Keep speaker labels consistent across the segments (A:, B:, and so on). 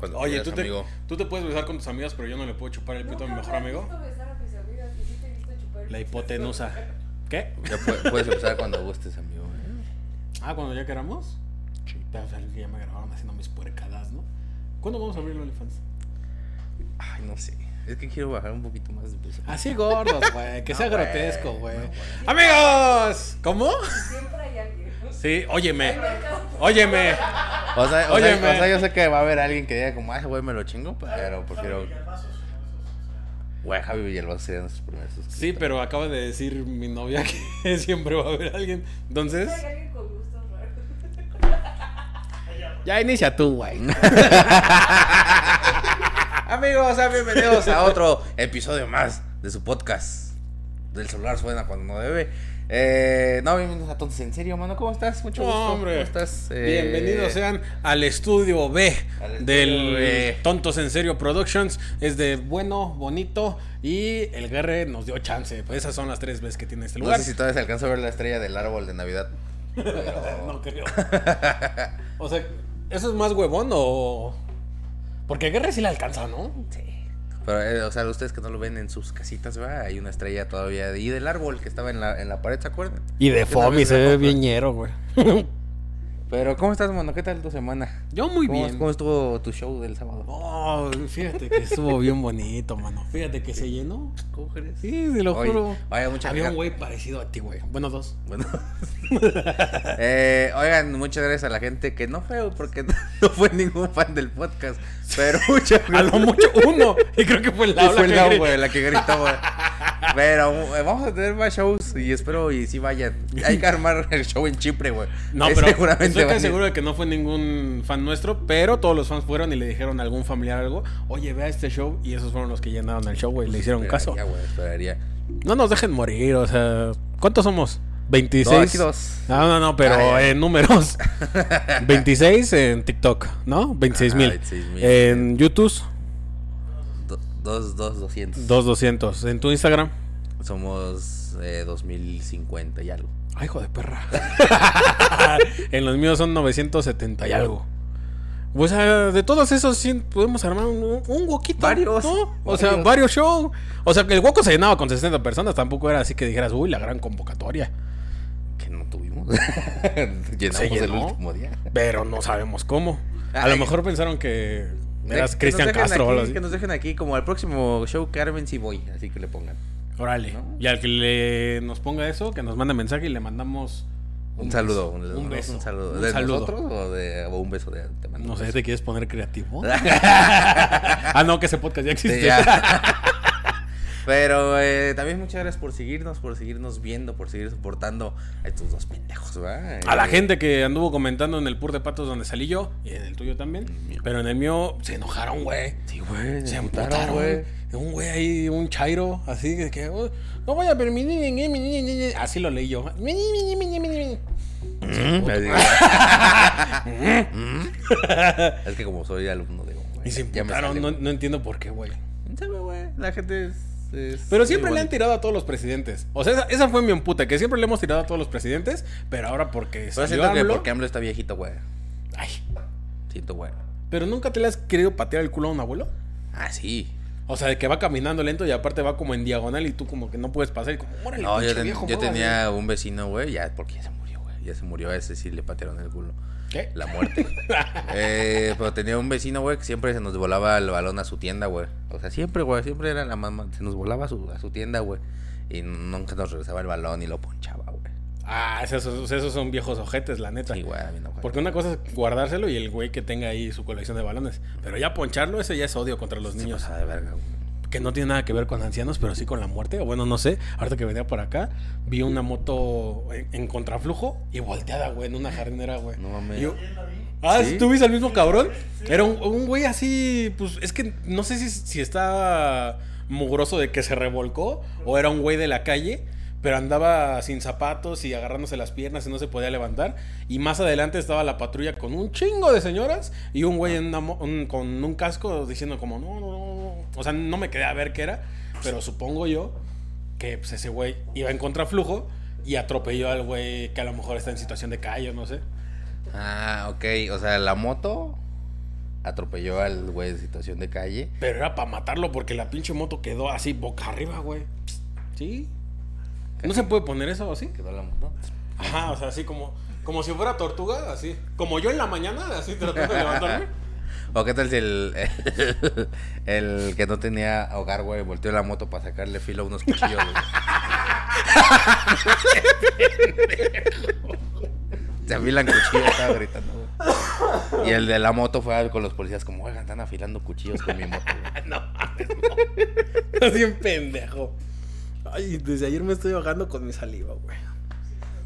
A: te,
B: amigo.
A: tú te puedes besar con tus amigas, pero yo no le puedo chupar el pito a mi mejor amigo.
C: La hipotenusa. ¿Qué?
B: Ya pu- puedes empezar cuando gustes, amigo. ¿eh?
C: Ah, cuando ya queramos.
B: Sí.
C: Ya, ya me grabaron haciendo mis puercadas, ¿no? ¿Cuándo vamos a abrir el OnlyFans?
B: Ay, no sé. Ah, Es que quiero bajar un poquito más de peso.
C: Así gordos, güey.
D: Ah,
C: Que
B: No,
C: sea
B: güey.
C: grotesco, güey.
B: No, güey.
C: ¡Amigos! ¿Cómo?
E: Siempre hay alguien.
C: Sí, óyeme.
E: Hay mercado.
C: Óyeme.
B: O sea, o,
C: Oye,
B: sea,
C: me-
B: o sea, yo sé que va a haber alguien que diga como, ah, ese güey, me lo chingo, pero prefiero... Güey, Javi Villalobos sería nuestro primer suscriptor.
C: Sí, pero acaba de decir mi novia que siempre va a haber alguien. Entonces,
E: Siempre hay alguien con gustos raros.
C: ya inicia tú, güey.
B: Amigos, sean bienvenidos a otro episodio más de su podcast. Del celular suena cuando no debe. Eh, no, bienvenidos a todos. En serio, mano, ¿cómo estás? Mucho
C: No,
B: gusto.
C: hombre.
B: ¿Cómo estás? Eh,
C: Bienvenidos sean al estudio B
B: Al
C: del
B: estudio B.
C: Tontos en Serio Productions. Es de bueno, bonito y el Guerre nos dio chance. Pues esas son las tres veces que tiene este
B: No
C: lugar.
B: sé si todavía se alcanza a ver la estrella del árbol de Navidad. pero-
C: No creo. O sea, ¿eso es más huevón o.? Porque a Guerre sí le alcanza, ¿no?
B: Pero, eh, o sea, ustedes que no lo ven en sus casitas, ¿verdad? Hay una estrella todavía ahí del árbol que estaba en la, en la pared, ¿se acuerdan?
C: Y de
B: Fomi, se ve
C: viñero, güey.
B: Pero, ¿cómo estás, mono? ¿Qué tal tu semana?
C: Yo muy
B: ¿Cómo,
C: bien.
B: ¿Cómo estuvo tu show del sábado?
C: Oh, fíjate que estuvo bien bonito, mano. Fíjate que se llenó.
B: ¿Cómo crees?
C: Sí, se lo
B: Oye,
C: juro.
B: vaya, mucha
C: Había
B: queja.
C: un güey parecido a ti, güey. Bueno, dos.
B: Bueno. Eh, oigan, muchas gracias a la gente que no fue, porque no fue ningún fan del podcast. Pero muchas
C: A lo mucho uno. Y creo que fue el
B: Y
C: Lau
B: fue el
C: que
B: Lau,
C: gri-
B: güey, la que gritó, güey. Pero eh, vamos a tener más shows y espero y sí vayan. Hay que armar el show en Chipre, güey.
C: No,
B: Que
C: pero
B: Eh, seguramente
C: estoy
B: van a
C: casi
B: ir.
C: seguro de que no fue ningún fan nuestro, pero todos los fans fueron y le dijeron a algún familiar algo, oye, vea este show, y esos fueron los que llenaron el show, güey, le hicieron caso.
B: Esperaría, güey, esperaría.
C: No nos dejen morir, o sea, ¿cuántos somos? 26.
B: No, aquí dos.
C: No, no, no, pero
B: Ah, ya.
C: en números. 26 en TikTok, ¿no? 26
B: Ah,
C: mil.
B: 26,000.
C: En YouTube,
B: Do- dos, dos, doscientos.
C: 2,200. En tu Instagram.
B: Somos eh, 2050 y algo.
C: Ay, hijo de perra. en los míos son 970 y algo. O sea, de todos esos sí podemos armar un, un huequito.
B: Varios.
C: ¿no? O sea,
B: Varios.
C: varios shows. O sea, que el hueco se llenaba con 60 personas. Tampoco era así que dijeras, uy, la gran convocatoria.
B: Que no tuvimos. Llenamos el
C: llenó?
B: último día.
C: Pero no sabemos cómo. A
B: Ay.
C: lo mejor pensaron que eras
B: Que
C: Cristian
B: nos dejen
C: Castro o algo
B: aquí-
C: así.
B: Que nos dejen aquí como al próximo show Carmen si voy, así que le pongan.
C: Órale.
B: ¿No?
C: Y al que le nos ponga eso, que nos mande mensaje y le mandamos
B: Un, saludo.
C: beso,
B: Un,
C: Un beso.
B: Un saludo.
C: Un
B: ¿De
C: saludo.
B: nosotros o, de, o un beso de te mando
C: No
B: un
C: sé,
B: beso.
C: ¿te quieres poner creativo? ah, no, que ese podcast ya existe.
B: Sí, ya. Pero eh, también muchas gracias por seguirnos, por seguirnos viendo, por seguir soportando a estos dos pendejos, ¿verdad?
C: A la
B: Eh,
C: gente que anduvo comentando en el pur de patos donde salí yo, y en el tuyo también, pero en el mío se enojaron, güey.
B: Sí, güey.
C: Se
B: Se
C: emputaron, güey. Un güey ahí, un chairo, así que, que, "Oh, no voy a permitir, ni- ni- ni- ni- ni". así lo leí yo. Ni- ni- ni- ni- ni- ni- ni.
B: Es que como soy alumno de güey,
C: Y se
B: ya me
C: emputaron,
B: sale,
C: no,
B: güey.
C: no entiendo por qué, güey.
B: Sabe, güey, La gente es. es
C: Pero
B: muy
C: siempre le han
B: bonita.
C: tirado a todos los presidentes. O sea, esa, esa fue mi emputa, que siempre le hemos tirado a todos los presidentes, pero ahora porque
B: Pero
C: salió
B: siento que
C: AMLO-
B: porque AMLO está viejito, güey.
C: Ay,
B: Siento, güey.
C: ¿Pero nunca te le has querido patear el culo a un abuelo?
B: Ah, sí.
C: O sea, de que va caminando lento y aparte va como en diagonal y tú como que no puedes pasar y como, órale,
B: No, yo,
C: pinche
B: ten-
C: viejo,
B: yo
C: muévase".
B: tenía un vecino, güey, ya, porque ya se murió, güey. Ya se murió a ese, sí le patearon el culo.
C: ¿Qué?
B: La muerte. Eh, pero tenía un vecino, güey, que siempre se nos volaba el balón a su tienda, güey. O sea, siempre, güey, siempre era la mamá. Se nos volaba a su, a su tienda, güey. Y nunca nos regresaba el balón y lo ponchaba, güey.
C: Ah, esos, esos- esos son viejos ojetes, la neta.
B: Sí, güey, a mí no, güey.
C: Porque una cosa es guardárselo y el güey que tenga ahí su colección de balones. Pero ya poncharlo, ese ya es odio contra los
B: Se
C: niños.
B: pasaba de verga, güey.
C: Que no tiene nada que ver con ancianos, pero sí con la muerte. O bueno, no sé. Ahorita que venía por acá, vi una moto en, en contraflujo y volteada, güey, en una jardinera, güey.
B: No mames.
C: Y yo- Ah,
B: ¿Sí?
C: ¿tú viste al mismo cabrón? Era un, un güey así, pues es que no sé si, si está mugroso de que se revolcó o era un güey de la calle, pero andaba sin zapatos y agarrándose las piernas y no se podía levantar. Y más adelante estaba la patrulla con un chingo de señoras y un güey en una mo- un- con un casco diciendo como, no, no, no, no". O sea, no me quedé a ver qué era, pero supongo yo que pues, ese güey iba en contraflujo y atropelló al güey que a lo mejor está en situación de calle, o no sé.
B: Ah, ok. O sea, la moto atropelló al güey de situación de calle.
C: Pero era para matarlo porque la pinche moto quedó así boca arriba, güey. ¿Sí? ¿No se puede poner eso así?
B: Quedó la moto.
C: Ajá, o sea, así como, como si fuera tortuga, así. Como yo en la mañana, así tratando de levantarme.
B: ¿O qué tal si el, el que no tenía hogar, güey, volteó la moto para sacarle filo a unos cuchillos, güey? Se afilan cuchillos, estaba gritando, güey. Y el de la moto fue con los policías como, oigan, están afilando cuchillos con mi moto, güey.
C: Así un pendejo. Ay, desde ayer me estoy ahogando con mi saliva, güey.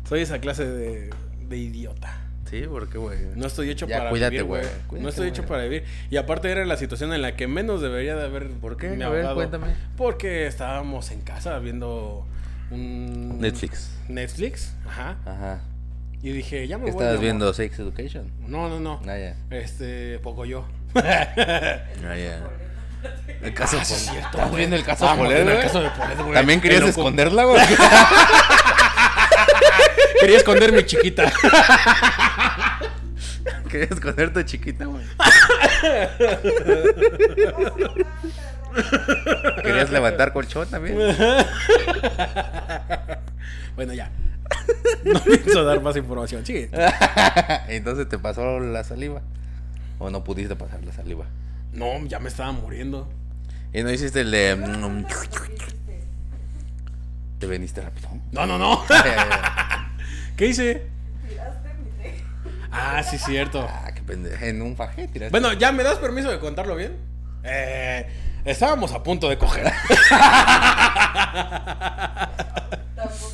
C: Soy esa clase de, de idiota.
B: Sí, porque, güey.
C: No estoy hecho
B: Ya,
C: para
B: cuídate,
C: vivir,
B: güey.
C: güey.
B: Cuídate,
C: No estoy hecho
B: güey.
C: para vivir. Y aparte era la situación en la que menos debería de haber
B: ¿Por qué?
C: me
B: A ver,
C: ahogado.
B: cuéntame.
C: Porque estábamos en casa viendo un...
B: Netflix.
C: Netflix, ajá.
B: Ajá.
C: Y dije, ya me
B: ¿Qué
C: voy,
B: estabas
C: mi amor.
B: viendo? Sex Education.
C: No, no, no.
B: Ah, ya.
C: Este, poco yo.
B: Ah, ya. El caso
C: Ah, sí es
B: Pol-
C: cierto,
B: ¿Estás
C: güey.
B: viendo el caso
C: Estábamos
B: Polet,
C: viendo el
B: güey?
C: caso de Polet, güey.
B: ¿También querías
C: El loco.
B: esconderla, güey?
C: Quería esconder mi chiquita.
B: ¿Querías esconderte chiquita, güey? ¿Querías levantar colchón también?
C: Bueno, ya. No pienso dar más información. Sí.
B: Entonces te pasó la saliva. O no pudiste pasar la saliva.
C: No, ya me estaba muriendo.
B: Y no hiciste el de. mm, Te veniste rápido.
C: No, no, no.
B: Ay, ay, ay.
C: ¿Qué hice?
E: Tiraste mi té.
C: Ah, sí, cierto.
B: Ah, qué pendeja. En un faje tiraste.
C: Bueno, ¿ya me das permiso de contarlo bien? Eh, estábamos a punto de coger.
E: Tampoco.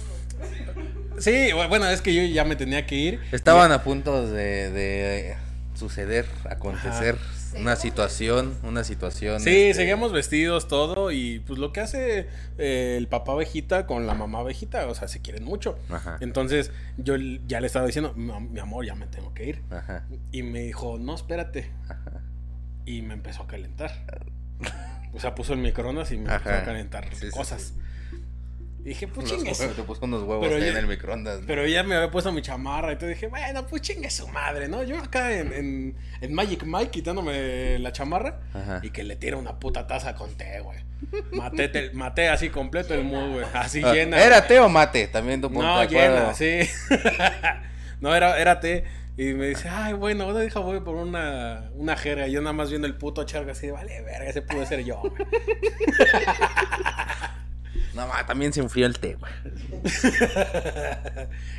C: Sí, bueno, es que yo ya me tenía que ir.
B: Estaban a punto de, de suceder, acontecer una situación, una situación.
C: Sí,
B: este,
C: seguíamos vestidos, todo, y pues lo que hace eh, el papá abejita con la mamá abejita, o sea, se quieren mucho.
B: Ajá.
C: Entonces yo l- ya le estaba diciendo, "Ma- mi amor, ya me tengo que ir.
B: Ajá.
C: Y me dijo, no, espérate. Y me empezó a calentar. O sea, puso el microondas y me empezó
B: Ajá.
C: a calentar
B: Sí, sí,
C: cosas. Y dije, pues
B: Unos
C: chingue
B: huevos,
C: su-
B: te puso unos huevos
C: Pero
B: ahí
C: ya-
B: en el microondas. ¿no?
C: Pero ella me había puesto mi chamarra y te dije, bueno, pues chingue su madre, ¿no? Yo acá en, en- en Magic Mike quitándome la chamarra
B: Ajá.
C: y que le tira una puta taza con té, güey. Maté, te- maté así completo el mood, güey. Así
B: Ah,
C: llena.
B: ¿Era té o mate? También tú ponte
C: No,
B: de acuerdo.
C: llena, sí. no, era, era té. Y me dice, ay, bueno, ahora deja voy por una, una jerga. Y yo nada más viendo el puto charga así, de, vale, verga, ese pudo ser yo, güey.
B: No, ma, también se enfrió el té, güey.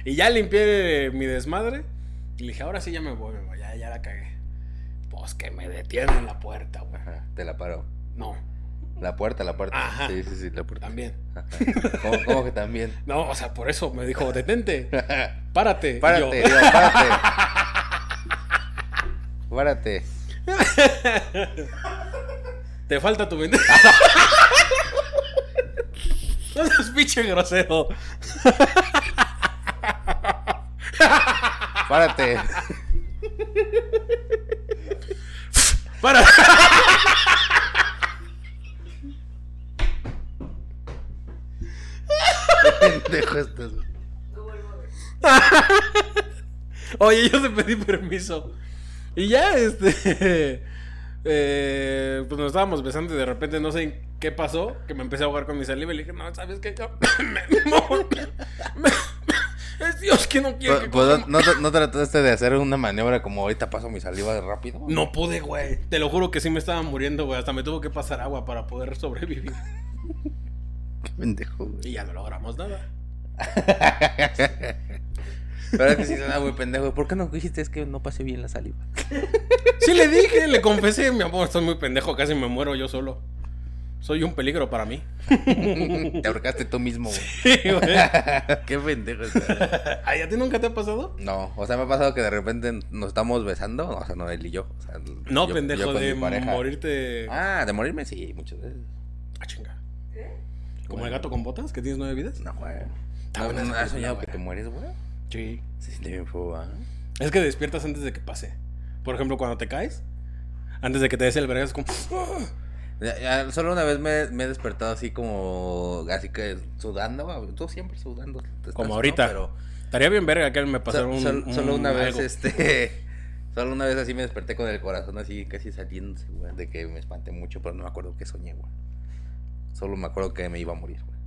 C: y ya limpié mi desmadre. Y le dije, ahora sí ya me voy, me voy, ya, ya la cagué. Pues que me detienen en la puerta, güey.
B: Ajá, Te la paró.
C: No,
B: La puerta, la puerta.
C: Ajá.
B: Sí, sí, sí, la puerta.
C: también.
B: Ajá. ¿Cómo, cómo que también?
C: No, o sea, por eso me dijo, detente, párate. Y
B: párate,
C: yo,
B: digo, párate. Párate.
C: Te falta tu ventaja. no seas pinche grosero.
B: Párate.
C: Para.
B: Pendejo este. estás, güey.
E: No vuelvo a ver.
C: Oye, yo te pedí permiso. Y ya, este. eh, pues nos estábamos besando y de repente no sé en qué pasó, que me empecé a ahogar con mi saliva y le dije, no, ¿sabes qué? Yo- me- me- me- es Dios que no quiere que
B: Pues, pues, ¿no, no- no trataste de hacer una maniobra como ahorita paso mi saliva rápido?
C: No pude, güey. Te lo juro que sí me estaba muriendo, güey. Hasta me tuvo que pasar agua para poder sobrevivir.
B: Pendejo, güey.
C: Y ya no logramos nada.
B: Pero es que sí suena muy pendejo. ¿Por qué no dijiste es que no pasé bien la saliva?
C: Sí le dije, le confesé, mi amor, estoy muy pendejo, casi me muero yo solo. Soy un peligro para mí.
B: Te ahorcaste tú mismo, güey.
C: Güey.
B: qué pendejo estás.
C: ¿Ay, ¿A ti nunca te ha pasado?
B: No, o sea, me ha pasado que de repente nos estamos besando. O sea, no él y yo. o sea,
C: No,
B: yo-
C: pendejo,
B: yo con
C: de
B: mi pareja.
C: morirte. Ah,
B: Ah, de morirme sí, muchas veces.
C: chinga.
E: ¿Qué?
C: ¿Como el gato con botas que tienes nueve vidas?
B: No, güey.
C: Está
B: No,
C: buena
B: no,
C: esa película,
B: ¿Has soñado
C: güey.
B: que te mueres, güey?
C: Sí.
B: Se siente bien feo, ¿ah?
C: Es que despiertas antes de que pase. Por ejemplo, cuando te caes, antes de que te des el verga, es como.
B: Ya- ya, Solo una vez me, me he despertado así como. Así que sudando, güey. Tú siempre sudando. te estás,
C: Como
B: ¿no?
C: ahorita.
B: Pero
C: Estaría bien verga que me pasara
B: Sol-
C: un,
B: sol-
C: un-
B: solo una vez
C: algo.
B: este Solo una vez así me desperté con el corazón así casi saliéndose, güey. De que me espanté mucho, pero no me acuerdo qué soñé, güey. Solo me acuerdo que me iba a morir, güey.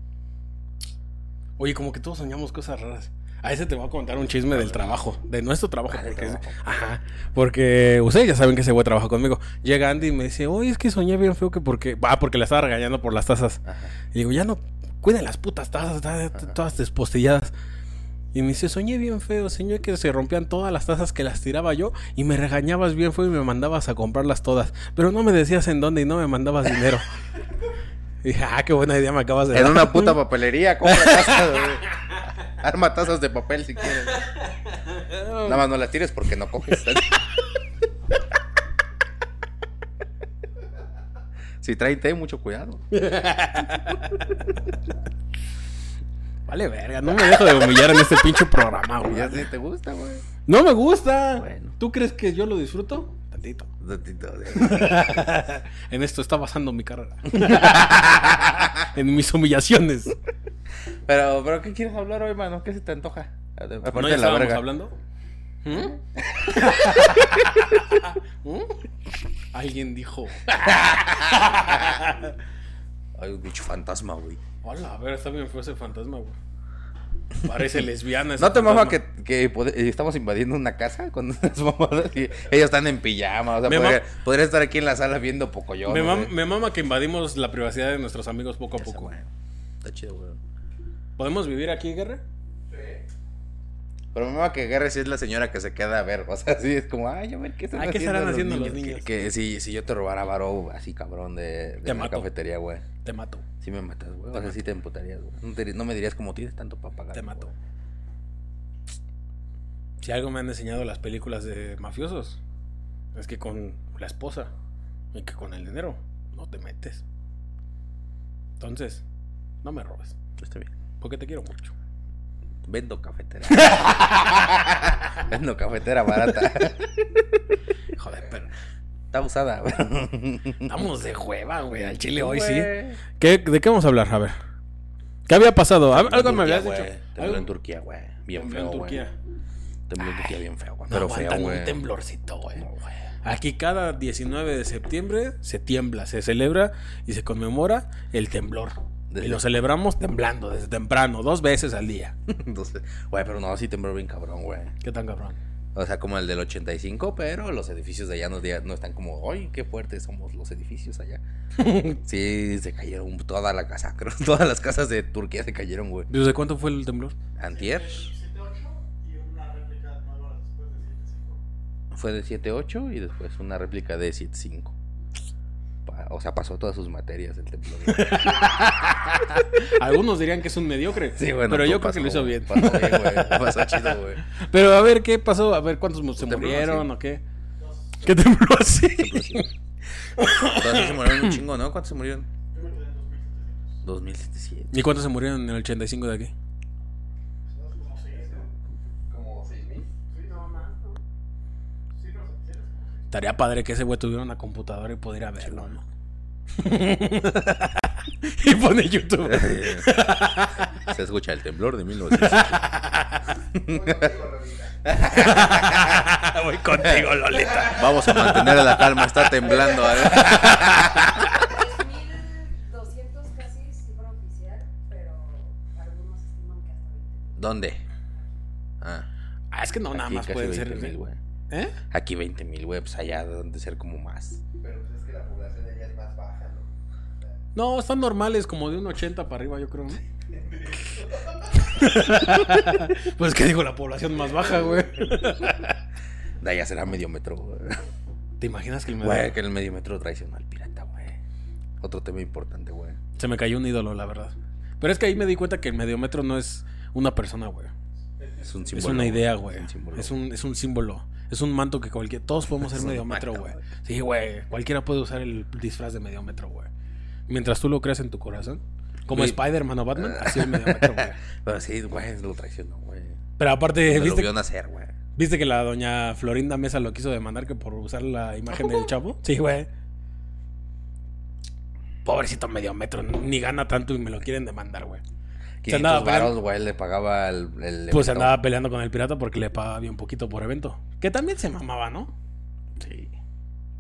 C: Oye, como que todos soñamos cosas raras. A ese te voy a contar un chisme del trabajo, de nuestro trabajo.
B: Ah, del
C: Porque, es-
B: trabajo.
C: ajá, porque ustedes ya saben que ese güey trabaja conmigo. Llega Andy y me dice, oye, es que soñé bien feo que porque... Ah, porque le estaba regañando por las tazas.
B: Ajá.
C: Y digo, ya no, cuiden las putas tazas, ta- ta- todas despostilladas. Y me dice, soñé bien feo, soñé que se rompían todas las tazas que las tiraba yo y me regañabas bien feo y me mandabas a comprarlas todas. Pero no me decías en dónde y no me mandabas dinero. Y dije, ah, qué buena idea me acabas de
B: En
C: dar".
B: una puta papelería, compra tazas, güey. Arma tazas de papel si quieres. Nada más no las tires porque no coges. si trae té, mucho cuidado.
C: Vale, verga, no me dejo de humillar en este pinche programa, güey.
B: Ya si te gusta, güey.
C: No me gusta.
B: Bueno.
C: ¿Tú crees que yo lo disfruto? Tantito.
B: Tantito de-
C: En esto está basando mi carrera. en mis humillaciones.
B: Pero, pero ¿qué quieres hablar hoy, mano? ¿Qué se te antoja? Aparte
C: ¿No ya
B: de la
C: estábamos
B: verga.
C: hablando? ¿Mm? Alguien dijo.
B: Hay un bicho fantasma, güey.
C: Hola, a ver, está bien fue ese fantasma, güey. Parece lesbiana. ese
B: ¿No te
C: fantasma.
B: mama que, que pod- eh, estamos invadiendo una casa con unas mamadas? Y ellos están en pijama. O sea,
C: Me ma-
B: podría, podría estar aquí en la sala viendo Pocoyón.
C: Me,
B: güey.
C: mam- me mama que invadimos la privacidad de nuestros amigos poco a
B: Esa,
C: poco.
B: güey. Está chido, güey.
C: ¿Podemos vivir aquí, Guerra?
B: Pero me mama que Guerra sí es la señora que se queda a ver. O sea, sí es como, ay, a ver qué están
C: Ay, ¿qué
B: haciendo,
C: estarán
B: los,
C: haciendo
B: niños?
C: los niños?
B: Que, que si, si yo te robara varo así cabrón de, de la
C: mato.
B: cafetería, güey.
C: Te mato,
B: Sí me matas, güey. O sea, sí te emputarías, güey. No, te- no me dirías como tienes tanto para pagar.
C: te mato.
B: güey".
C: Si algo me han enseñado las películas de mafiosos, es que con la esposa y que con el dinero no te metes. Entonces, no me robes,
B: Está bien.
C: porque te quiero mucho.
B: Vendo cafetera. Vendo cafetera barata.
C: Joder, pero
B: Está usada, güey.
C: estamos de hueva, güey, al chile hoy sí. ¿De qué vamos a hablar? A ver. ¿Qué había pasado? A- Algo me
B: Turquía,
C: habías dicho.
B: güey. Tembló
C: Algo-
B: en Turquía, güey. Bien
C: Tembló
B: feo,
C: en
B: güey.
C: Turquía.
B: Tembló en Turquía bien feo, güey.
C: No
B: Pero feo,
C: aguantan
B: güey.
C: un temblorcito, güey.
B: No, güey.
C: Aquí cada 19 de septiembre se tiembla, se celebra y se conmemora el temblor.
B: Desde-
C: Y lo celebramos temblando desde temprano, dos veces al día.
B: Entonces, güey, pero no, sí tembló bien cabrón, güey.
C: ¿Qué tan cabrón?
B: O sea, como el del 85, pero los edificios de allá no, di- no están como, ¡ay, qué fuertes somos los edificios allá! sí, se cayeron toda la casa, creo. Todas las casas de Turquía se cayeron, güey.
C: ¿Desde cuánto fue el temblor?
B: Antier
E: 7-8 y una réplica 9 horas después de 7-5.
B: fue de 7.8 y después una réplica de 7.5. Pa- O sea, pasó todas sus materias el temblor. güey.
C: Algunos dirían que es un mediocre,
B: Sí, bueno,
C: pero yo
B: pues,
C: creo que lo
B: pasó,
C: hizo bien.
B: Pasó bien, güey. Pasó chido, güey.
C: Pero a ver, ¿qué pasó? A ver, ¿cuántos mu- se
B: Tembló
C: murieron
B: así.
C: o qué? ¿Qué tembló así?
B: Todas se murieron un chingo, ¿no? ¿Cuántos se murieron? 2.700.
C: ¿Y cuántos se murieron en el 85 de aquí? Estaría padre que ese güey tuviera una computadora y pudiera verlo, ¿no? y pone YouTube.
B: Se escucha el temblor de 1900.
C: Voy contigo, Lolita.
B: Vamos a mantener la calma, está temblando. ¿eh?
E: 2200 casi cifra oficial, pero algunos estiman que hasta 20.000.
B: ¿Dónde? Ah,
C: Ah, es que no, nada
B: aquí
C: más
B: casi
C: pueden ser.
B: 20,000, güey.
C: ¿Eh?
B: Aquí 20 mil, güey, pues allá deben de ser como más.
D: Pero pues es que la población allá es más baja, ¿no?
C: No, están normales, como de un 80 para arriba, yo creo. ¿no? pues que digo, la población más baja, güey.
B: De allá será medio metro, güey.
C: ¿Te imaginas que el
B: Güey, que el medio metro traicionó al pirata, güey. Otro tema importante, güey.
C: Se me cayó un ídolo, la verdad. Pero es que ahí me di cuenta que el mediómetro no es una persona, güey.
B: Es un
C: Es
B: símbolo.
C: una idea, güey.
B: un símbolo.
C: Es un, es un símbolo. Es un manto que cualquier... Todos podemos ser
B: Es un
C: mediómetro,
B: manto,
C: güey.
B: güey.
C: Sí, güey. Cualquiera puede usar el disfraz de mediómetro, güey. Mientras tú lo creas en tu corazón. Como
B: Güey. Ah.
C: Spider-Man o Batman, así el mediómetro, güey.
B: Pero sí, güey, lo traicionó, güey.
C: Pero aparte,
B: Cuando Lo
C: ¿viste,
B: vio nacer, güey.
C: viste que la doña Florinda Mesa lo quiso demandar que por usar la imagen del chavo? Sí, güey. Pobrecito mediómetro. Ni gana tanto y me lo quieren demandar, güey. Se andaba
B: 500
C: peleando.
B: varos, güey, le pagaba el... el
C: Pues
B: evento.
C: andaba peleando con el pirata porque le pagaba bien poquito por evento. Que también se mamaba, ¿no? Sí.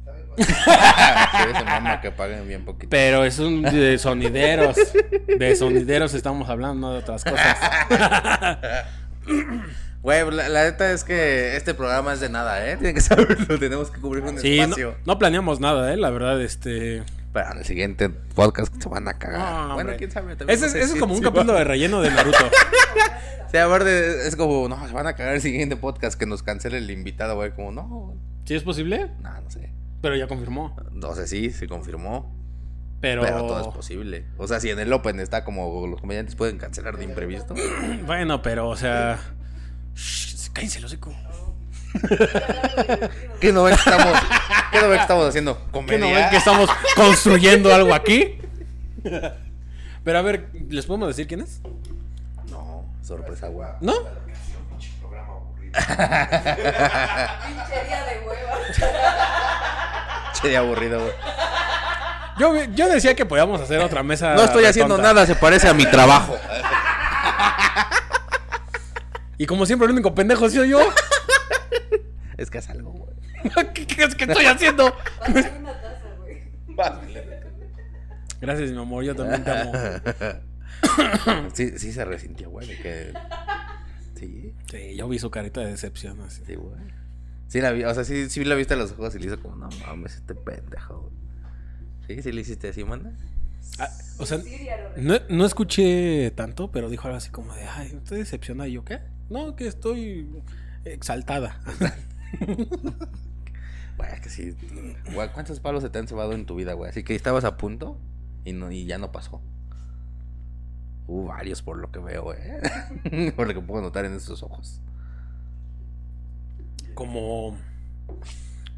D: ¿Saben cuál es?
B: Ah, Sí, se mama que paguen bien poquito.
C: Pero es un de sonideros. De sonideros estamos hablando, no de otras cosas.
B: Güey, la, la neta es que este programa es de nada, ¿eh? Tienen que saberlo, tenemos que cubrir un
C: Sí, no,
B: espacio.
C: no planeamos nada, ¿eh? La verdad, este...
B: Pero en el siguiente podcast se van a cagar.
C: No,
B: bueno,
C: hombre.
B: quién sabe. también
C: Ese
B: no
C: es,
B: sé
C: ese es
B: si-
C: como un
B: si
C: capítulo
B: va-
C: de relleno de Naruto.
B: Sí, aparte, es como, no, se van a cagar el siguiente podcast que nos cancele el invitado, güey. Como, no,
C: ¿Sí es posible?
B: no, no sé.
C: Pero ya confirmó.
B: No sé si se confirmó,
C: Pero...
B: pero... todo es posible. O sea, si en el Open está como los comediantes pueden cancelar de imprevisto.
C: Bueno, pero, o sea... Shh, cállense el hocico.
B: ¿Qué no ven que estamos, ¿qué no ven que estamos haciendo?
C: ¿Qué no
B: ¿Comedia?
C: ven que estamos construyendo algo aquí? Pero a ver, ¿les podemos decir quién es?
B: No, sorpresa, güey.
C: ¿No?
D: Pinche programa aburrido.
E: Pinchería de hueva.
B: Che, de aburrido, güey.
C: Yo, yo decía que podíamos hacer otra mesa.
B: No estoy haciendo
C: retonta.
B: nada, se parece a mi trabajo.
C: Y como siempre, el único pendejo soy yo.
B: Es que es algo, güey.
C: ¿Qué crees que estoy haciendo?
E: Pásame una taza, güey.
C: Gracias, mi amor, yo también te amo.
B: Sí, sí se resintió, güey, de que... Sí,
C: Sí, yo vi su carita de decepción. Así.
B: sí, güey. Sí la vi, o sea, sí, sí la viste a los ojos y le hizo como, no mames, este pendejo, güey. Sí, sí le hiciste así, manda.
C: Ah, o sea,
E: Siria, lo
C: no, no escuché tanto, pero dijo algo así como de, ay, estoy decepcionada. ¿Y yo qué? No, que estoy exaltada.
B: Güey, que sí. Güey, ¿cuántos palos se te han cebado en tu vida, güey? Así que estabas a punto y, no, y ya no pasó. Hubo varios por lo que veo, güey. por lo que puedo notar en esos ojos.
C: Como.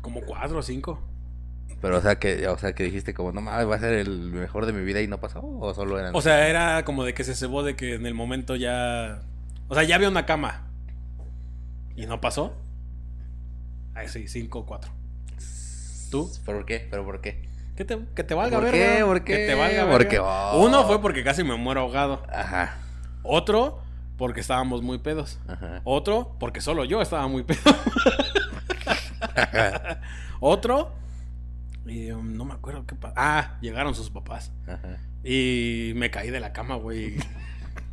C: Como cuatro o cinco.
B: Pero, o sea, que, o sea, que dijiste como, no mames, va a ser el mejor de mi vida y no pasó. O solo eran...
C: O sea, era como de que se cebó de que en el momento ya. O sea, ya había una cama. ¿Y no pasó? Ay, sí, cinco o cuatro. ¿Tú?
B: ¿Por qué? ¿Pero por qué?
C: Que te, que te valga
B: ¿Por
C: verga.
B: qué? ¿Por qué?
C: Que te valga
B: ¿Por
C: verga.
B: qué? Oh.
C: Uno fue porque casi me muero ahogado.
B: Ajá,
C: Otro, porque estábamos muy pedos.
B: ajá.
C: Otro, porque solo yo estaba muy pedo. Otro, y, um, no me acuerdo qué pasó. Ah, llegaron sus papás.
B: ajá.
C: Y me caí de la cama, güey.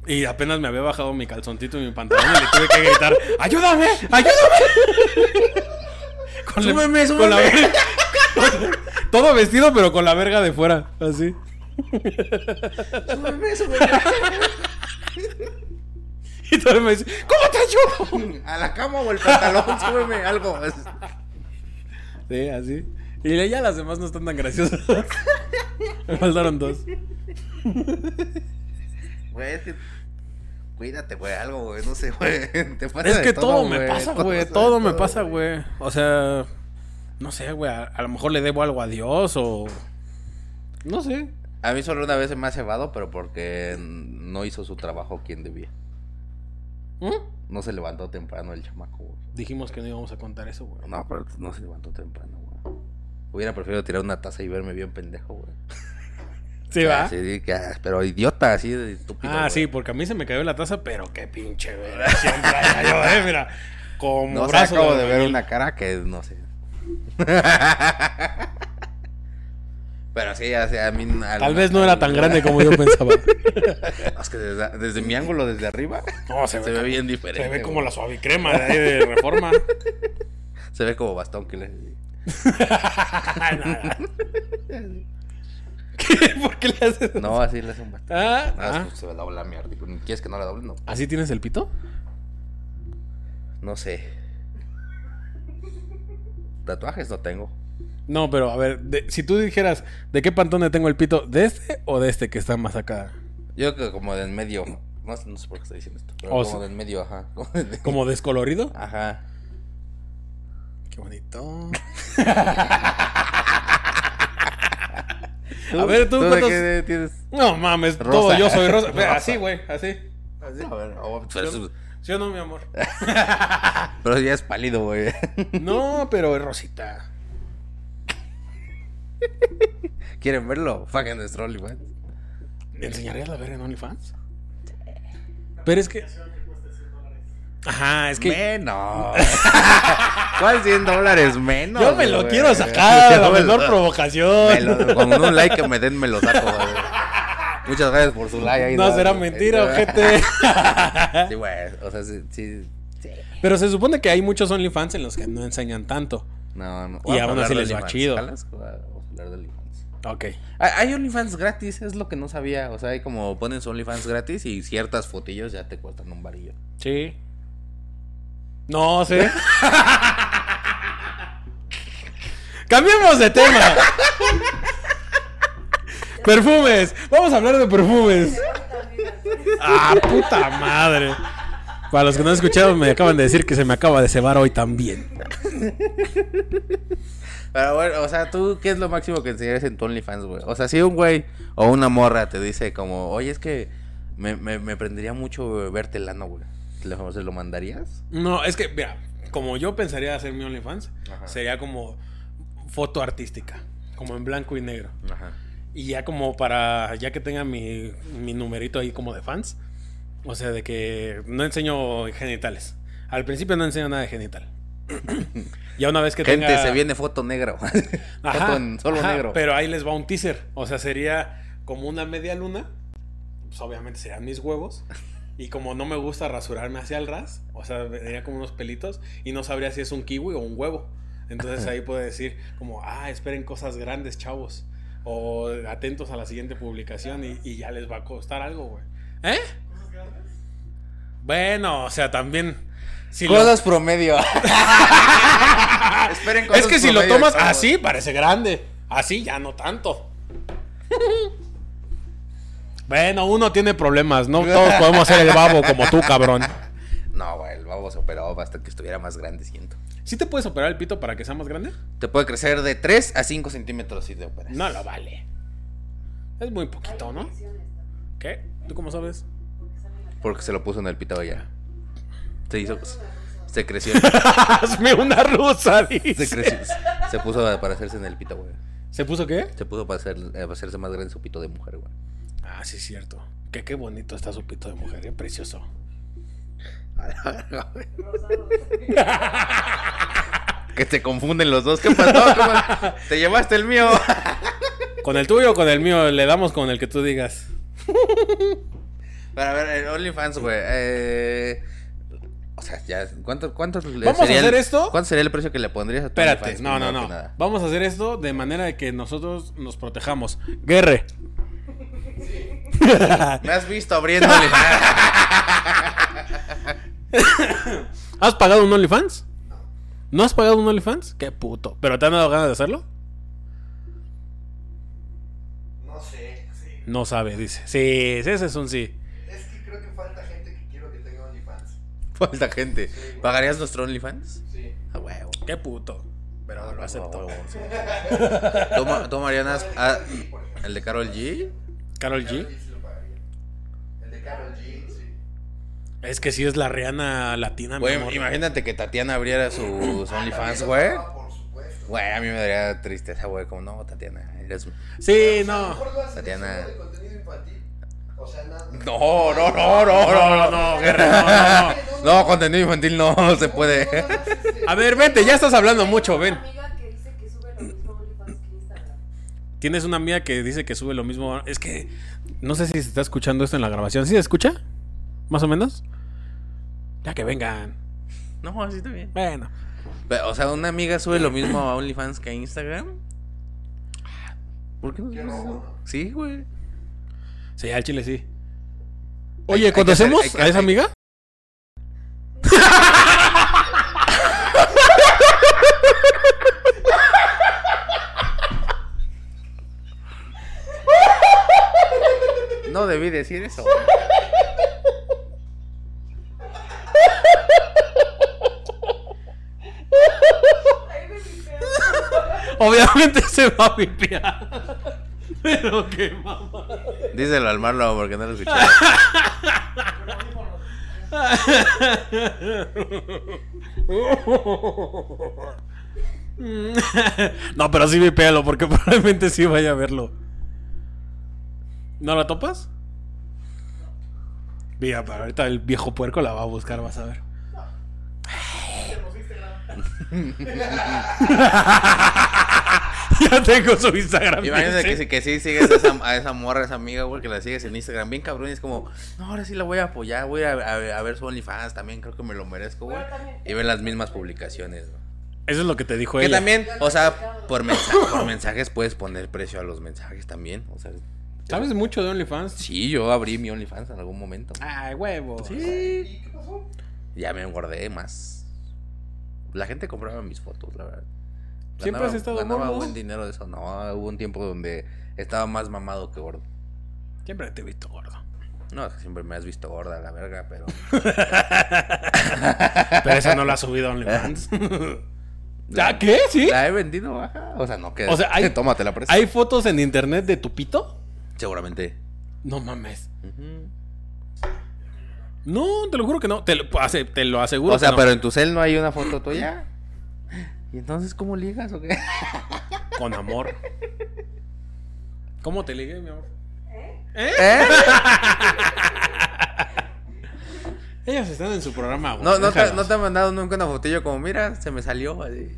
C: Y apenas me había bajado mi calzoncito y mi pantalón y le tuve que gritar, ¡ayúdame! ¡Ayúdame! Con la-
B: Súbeme,
C: con la
B: súbeme.
C: verga- Todo vestido, pero con la verga de fuera, así.
B: Súbeme, súbeme.
C: Y todavía me dice, ¿cómo te ayudo?
B: A la cama o el pantalón, súbeme algo.
C: Sí, así. Y ya las demás no están tan graciosas. Me faltaron dos.
B: Güey, es que... Cuídate, güey, algo, güey. No sé, güey. Te pasa
C: Es
B: de
C: que todo, me
B: güey,
C: pasa, güey.
B: de
C: Todo, me pasa, güey. O sea, no sé, güey. A, a lo mejor le debo algo a Dios o. No sé.
B: A mí solo una vez se me ha cebado, pero porque no hizo su trabajo quien debía.
C: ¿Mm?
B: No se levantó temprano el chamaco, güey.
C: Dijimos que no íbamos a contar eso, güey.
B: No, pero no se levantó temprano, güey. Hubiera preferido tirar una taza y verme bien pendejo, güey.
C: Sí, va.
B: Así que, ah, pero idiota, así de estúpido.
C: Ah,
B: güey.
C: sí, porque a mí se me cayó la taza, pero qué pinche verga. Siempre hay yo, eh, mira. Como
B: No sé,
C: brazo
B: acabo de ver
C: albañil.
B: una cara que no sé. Pero sí, o sea, a mí.
C: Tal vez no era tan grande como yo pensaba.
B: Es que desde, desde mi ángulo, desde arriba,
C: No, se,
B: se
C: ve,
B: ve bien
C: como,
B: diferente.
C: se ve como
B: güey.
C: la suavicrema de ahí de reforma.
B: Se ve como bastón que le.
C: ¿Qué? ¿Por qué le haces?
B: No, así le hace un bastón.
C: Ah,
B: Ah,
C: ah.
B: pues se dobla mi artículo. ¿Quieres que no la doble? No.
C: ¿Así tienes el pito?
B: No sé. Tatuajes no tengo.
C: No, pero a ver, de- si tú dijeras, ¿de qué pantone tengo el pito? ¿De este o de este que está más acá?
B: Yo creo que como de en medio. No, sé- no sé por qué estoy diciendo esto. Pero
C: O
B: como
C: sea-
B: de en medio, ajá. Como de-
C: ¿Como descolorido?
B: Ajá.
C: Qué bonito. A ver, ¿tú
B: de
C: cuántos-
B: qué tienes?
C: No mames, todo
B: Rosa.
C: yo soy rosa. Pero
B: Rosa.
C: Así, güey, así. Así.
B: A ver, oh, pero,
C: Yo,
B: eso-
C: yo no, mi amor.
B: pero ya es pálido, güey.
C: No, pero es rosita.
B: ¿Quieren verlo? Fucking nuestro OnlyFans.
C: ¿Le enseñarías la verga en OnlyFans? Pero es que. Ajá, es que.
B: Menos. ¿Cuál 100 dólares menos?
C: yo me lo
B: güey?
C: quiero sacar,
B: Yo
C: la
B: me
C: menor
B: lo-
C: provocación.
B: me lo- Con un like que me den, me lo saco, güey. Muchas gracias por su like. ahí,
C: no será mentira, ojete.
B: Sí, güey. O sea, sí. sí, sí.
C: Pero se supone que hay muchos OnlyFans en los que no enseñan tanto.
B: No, no. Vamos
C: Y
B: a
C: aún
B: hablar
C: así
B: de
C: les va
B: OnlyFans,
C: chido.
B: ¿jalas? Vamos a hablar de OnlyFans.
C: Ok.
B: Hay hay OnlyFans gratis, es lo que no sabía. O sea, hay como ponen su OnlyFans gratis y ciertas fotillos ya te cuestan un varillo.
C: Sí. No sé. Cambiemos de tema. perfumes. Vamos a hablar de perfumes. Ah, puta madre. Para los que no han escuchado, me acaban de decir que se me acaba de cebar hoy también.
B: Pero bueno, o sea, ¿tú qué es lo máximo que enseñarías en tu OnlyFans, güey? O sea, si un güey o una morra te dice como, oye, es que me, me, me prendería mucho verte lano, güey. ¿Se lo- ¿Se lo mandarías?
C: No, es que, mira, como yo pensaría hacer mi OnlyFans,
B: Ajá.
C: sería como foto artística, como en blanco y negro.
B: Ajá.
C: Y ya como para, ya que tenga mi, mi numerito ahí como de fans, o sea, de que no enseño genitales. Al principio no enseño nada de genital. ya una vez que
B: Gente,
C: tenga...
B: se viene foto negro.
C: Ajá,
B: foto en solo
C: ajá,
B: negro.
C: Pero ahí les va un teaser. O sea, sería como una media luna. Pues obviamente serían mis huevos. Y como no me gusta rasurarme hacia el ras, o sea, vería como unos pelitos y no sabría si es un kiwi o un huevo. Entonces ahí puedo decir como, ah, esperen cosas grandes, chavos. O atentos a la siguiente publicación y, y ya les va a costar algo, güey. ¿Eh? Bueno, o sea, también... Si lo-
B: Cosas promedio. Esperen
C: es que
B: cosas
C: si lo
B: promedio,
C: tomas
B: chavos.
C: así, parece grande. Así ya no tanto. Bueno, uno tiene problemas, no todos podemos ser el babo como tú, cabrón.
B: No, güey, el babo se operó hasta que estuviera más grande, siento.
C: ¿Sí te puedes operar el pito para que sea más grande?
B: Te puede crecer de 3 a 5 centímetros si te operas.
C: No lo vale. Es muy poquito, ¿no? ¿Qué? ¿Tú cómo sabes?
B: Porque se lo puso en el pito ya. Se hizo. Se creció.
C: Hazme una rusa, dice.
B: Se creció. Se puso para hacerse en el pito, güey.
C: ¿Se puso qué?
B: Se puso para, hacer, eh, para hacerse más grande su pito de mujer, güey.
C: Ah, sí, es cierto. Que qué bonito está su pito de mujer, ¿eh? precioso.
B: Que te confunden los dos. ¿Qué pasó? ¿Cómo- Te llevaste el mío.
C: ¿Con el tuyo o con el mío? Le damos con el que tú digas.
B: Pero a ver, en OnlyFans, güey. Eh, o sea, ya. ¿Cuánto, cuánto le
C: Vamos a
B: sería el-
C: hacer esto.
B: ¿Cuánto sería el precio que le pondrías a tu
C: Espérate,
B: OnlyFans,
C: no, no,
B: primero
C: no.
B: que nada?
C: Vamos a hacer esto de manera de que nosotros nos protejamos. Guerre.
B: Me has visto abriendo OnlyFans.
C: ¿Has pagado un OnlyFans? ¿No has pagado un OnlyFans? Qué puto. ¿Pero te han dado ganas de hacerlo?
D: No sé. Sí.
C: No sabe, dice. Sí, sí, ese es un sí.
D: Es que creo que falta gente que quiero que tenga OnlyFans.
B: Falta gente. ¿Pagarías nuestro OnlyFans? Ah,
D: Sí.
B: A huevo.
C: Qué puto. Pero lo acepto.
B: ¿Tú, Ma- tú, Mariana, has- ah, el de Carol G?
C: Carol
D: Karol
C: G.
D: G sí lo pagaría. El de Carol G, sí.
C: Es que sí es la Rihanna latina, mi
B: Güey,
C: amor.
B: imagínate que Tatiana abriera sus OnlyFans, güey.
D: Ah, por supuesto.
B: Güey, a mí me daría tristeza, güey. Como, no, Tatiana, eres...
C: Sí, no.
D: Mejor lo hacen
B: Tatiana.
D: solo de contenido infantil. O sea, nada.
B: No, no, no, no, no, no, no, no, contenido infantil no se puede.
D: este,
C: A ver, vente, ya estás hablando mucho, ven.
E: amiga que dice que sube lo mismo a OnlyFans que Instagram.
C: Tienes una amiga que dice que sube lo mismo. Es que no sé si se está escuchando esto en la grabación. ¿Sí se escucha? ¿Más o menos? Ya que vengan.
B: No, así está bien.
C: Bueno.
B: Pero, o sea, una amiga sube lo mismo a OnlyFans que a Instagram. ¿Por qué no subes eso? Sí, güey.
C: Sí, al chile sí.
B: Hay-
C: Oye,
B: hay que
C: ¿conocemos
B: hacer- hay que-
C: a esa
B: hay-
C: amiga?
B: No debí decir eso.
C: Obviamente se va a pipear. Pero qué mamá.
B: Díselo al Marlon porque no lo escuché.
C: No, pero sí vipéalo porque probablemente sí vaya a verlo. ¿No la topas? Mira, para ahorita el viejo puerco la va a buscar, vas a ver.
F: Tenemos Instagram.
C: ya tengo su Instagram.
B: Imagínate que,
C: sí.
B: si- que sí sigues a esa, a esa morra, a esa amiga, güey, que la sigues en Instagram, bien cabrón, y es como, no, ahora sí la voy a apoyar, voy a, a- a ver su OnlyFans también, creo que me lo merezco, güey. Y ven las mismas publicaciones, ¿no?
C: Eso es lo que te dijo
B: Que
C: ella.
B: también, o sea, por, mensa- por mensajes puedes poner precio a los mensajes también, o sea,
C: ¿Sabes mucho de OnlyFans?
B: sí, yo abrí mi OnlyFans en algún momento,
C: Ay, huevo.
D: ¿Y qué pasó?
B: ya me engordé más. La gente compraba mis fotos, la verdad.
C: ¿Siempre has estado
B: ganaba
C: gordo?
B: buen dinero de eso, no, hubo un tiempo donde estaba más mamado que gordo.
C: Siempre te he visto gordo.
B: No, es que siempre me has visto gorda, la verga, pero...
C: Pero esa no la ha subido a OnlyFans. ¿Ah, qué? ¿Sí?
B: La he vendido baja. O sea, no que.
C: O sea, hay-
B: Tómate la presa.
C: ¿Hay fotos en internet de tu pito?
B: Seguramente.
C: No mames.
B: Ujú.
C: No, te lo juro que no. Te lo, hace- te lo aseguro.
B: O sea,
C: que no.
B: pero en tu cel no hay una foto tuya. ¿Y entonces cómo ligas o qué?
C: Con amor. ¿Cómo te ligué, mi amor?
B: ¿Eh?
C: Ellas están en su programa, güey.
B: No, no, te,
C: déjalas.
B: no te han mandado nunca una fotillo como, mira, se me salió. así.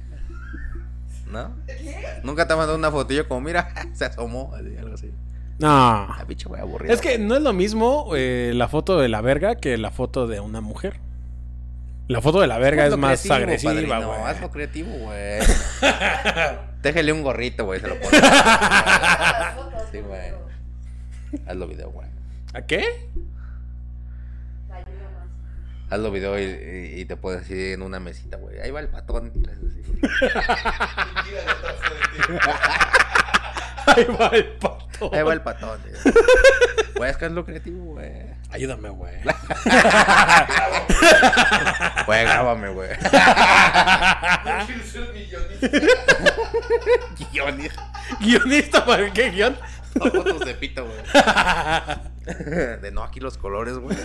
B: ¿No? Nunca te han mandado una fotillo como, mira, se asomó. así, algo así.
C: No.
B: La pinche güey aburrida.
C: Es que no es lo mismo eh, la foto de la verga que la foto de una mujer. La foto de la verga
B: Hazlo
C: es más
B: creativo,
C: agresiva,
B: padrino,
C: güey.
B: Hazlo creativo, güey. Déjale un gorrito, güey, se lo pone. Sí, güey. Hazlo video, güey.
C: ¿A qué?
B: Hazlo video y, y- y te pones así en una mesita, güey. Ahí va el patón. Y le haces así, güey.
D: Mentira, no estás todo el tiempo.
C: Ahí va el pato.
B: Ahí va el patón. güey. Güey, es que es lo creativo, güey.
C: Ayúdame, güey.
B: Güey, grábame, güey.
D: Yo quiero ser millonista.
B: Guionista.
C: ¿Guionista para qué guión?
B: Fotos de pito, güey. De no aquí los colores, güey.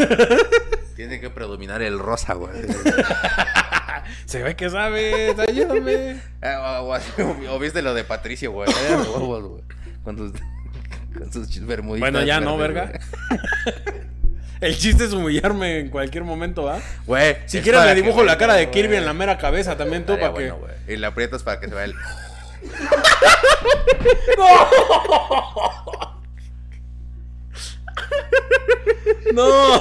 B: Tiene que predominar el rosa, güey.
C: Se ve que sabes. Ayúdame.
B: Eh, O, o así, o- o viste lo de Patricio, güey. Era de huevos, güey. Con sus, con sus chis- bermuditas.
C: Bueno, ya no,
B: verdes,
C: verga.
B: güey.
C: El chiste es humillarme en cualquier momento, ¿va?
B: Güey.
C: Si
B: es
C: quieres
B: para
C: le
B: que
C: dibujo la
B: venga,
C: cara de
B: güey.
C: Kirby en la mera cabeza también tú
B: Estaría
C: para que.
B: bueno, güey. Y le aprietas para que se vea el.
C: ¡No!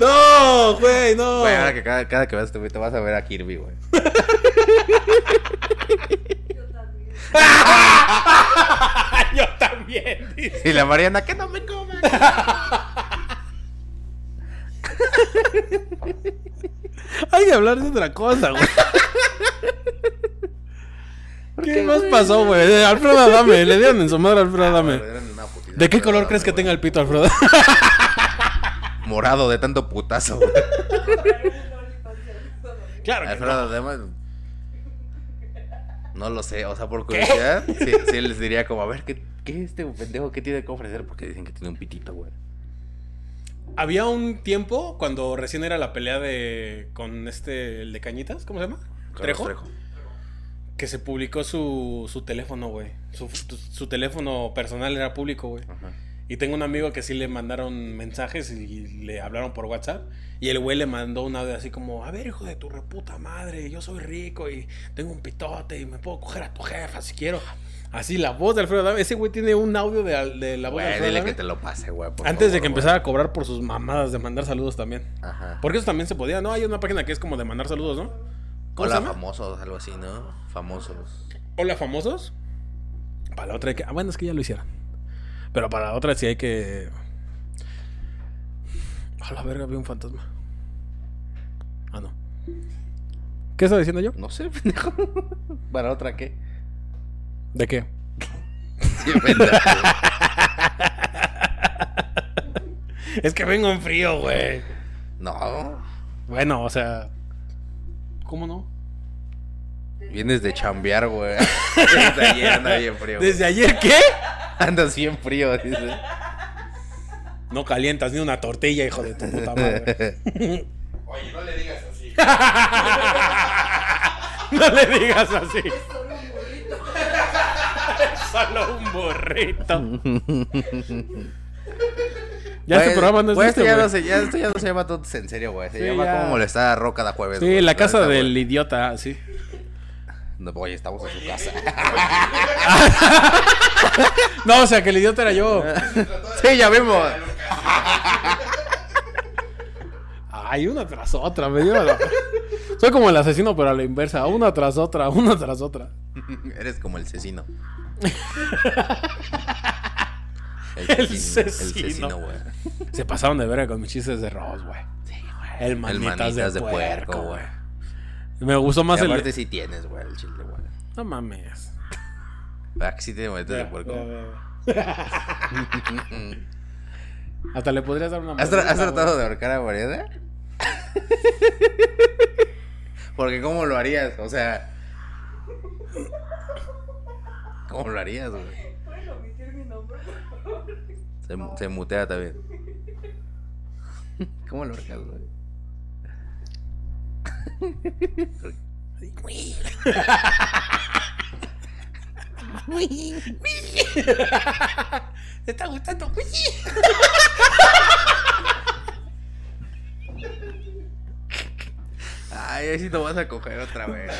C: ¡No, güey! ¡No!
B: Güey, ahora que cada, cada que veas tu te vas a ver a Kirby, güey.
C: Yo también. dice.
B: Y la Mariana, que no me coman.
C: Hay que hablar de otra cosa, güey. ¿Qué, Ah, más pasó, güey? Eh, Alfredo Adame, le dieron en su madre a Alfredo Adame. ¿De qué color crees que tenga el pito, Alfredo?
B: Morado de tanto putazo, güey.
C: claro que
B: Alfredo, además. No lo sé, o sea, por curiosidad, sí, sí les diría como, a ver, ¿qué, ¿qué este pendejo qué tiene que ofrecer? Porque dicen que tiene un pitito, güey.
C: no. Había un tiempo cuando recién era la pelea de. con este. el de Cañitas, ¿cómo se llama?
B: Carlos
C: Trejo. Que se publicó su, su teléfono, güey. Su, su teléfono personal era público, güey.
B: Ajá.
C: Y tengo un amigo que sí le mandaron mensajes y le hablaron por WhatsApp. Y el güey le mandó un audio así como: A ver, hijo de tu reputa madre, yo soy rico y tengo un pitote y me puedo coger a tu jefa si quiero. Así la voz de Alfredo Adame. Ese güey tiene un audio de, al- de la voz de
B: Güey,
C: Alfredo
B: dile
C: Adame.
B: que te lo pase, güey. por
C: Antes de
B: favor,
C: que empezara a cobrar por sus mamadas de mandar saludos también.
B: güey. Ajá.
C: Porque eso también se podía, ¿no? Hay una página que es como de mandar saludos, ¿no? ¿Cómo se
B: Hola,
C: llama?
B: famosos, algo así, ¿no? Famosos.
C: Hola famosos. Para la otra hay que. Ah, bueno, es que ya lo hicieron. Pero para la otra sí hay que. A la verga, vi un fantasma. Ah, no. ¿Qué estaba diciendo yo?
B: No sé, pendejo. ¿Para otra qué?
C: ¿De qué?
B: Sí, pendejo.
C: Es que vengo en frío, güey.
B: No,
C: Bueno, o sea. ¿Cómo no?
B: vienes de chambear, güey. Desde ayer anda bien frío. güey.
C: ¿Desde ayer qué?
B: Andas bien frío, dice.
C: No calientas ni una tortilla, hijo de tu puta madre.
D: Oye, no le digas así.
C: No le digas así. Solo un burrito. Ya
B: Güey,
C: este programa no es
B: güey,
C: de
B: esto
C: este,
B: Pues, ya
C: güey.
B: no se, ya, esto ya no se llama todos en serio, güey. Se
C: Sí,
B: llama
C: ya.
B: como molestar a Roca cada jueves.
C: Sí,
B: güey.
C: la
B: No,
C: casa
B: está,
C: del
B: güey.
C: idiota, sí.
B: No, oye, estamos en su casa.
C: No, o sea, que el idiota era yo.
B: Sí, ya vimos.
C: Ay, una tras otra, me lleva la- Soy como el asesino, pero a la inversa. Una tras otra, una tras otra.
B: Eres como el cecino.
C: El
B: El
C: cecino.
B: cecino, güey.
C: Se pasaron de verga con mis chistes de Ross, güey. Sí, güey. El
B: El
C: manitas,
B: manitas
C: de, puerco,
B: güey.
C: güey. Me gustó más
B: Y
C: el.
B: aparte sí tienes, güey, el chile, güey.
C: No mames.
B: ¿Verdad que sí tiene manitas de
C: Ya,
B: puerco?
C: ya, ya, ya. Hasta le podrías dar una
B: ¿Has, tra-
C: mordida,
B: has tratado de ahorcar a Mariana? Porque ¿cómo lo harías? O sea... ¿Cómo lo harías, güey?
E: ¿Pueden omitir mi nombre?
B: Se, mu-
C: Oh.
B: se mutea también. ¿Cómo lo ahorcas, güey?
C: güey. ¿Te está gustando? güey?
B: Ay, ahí sí te vas a coger otra vez.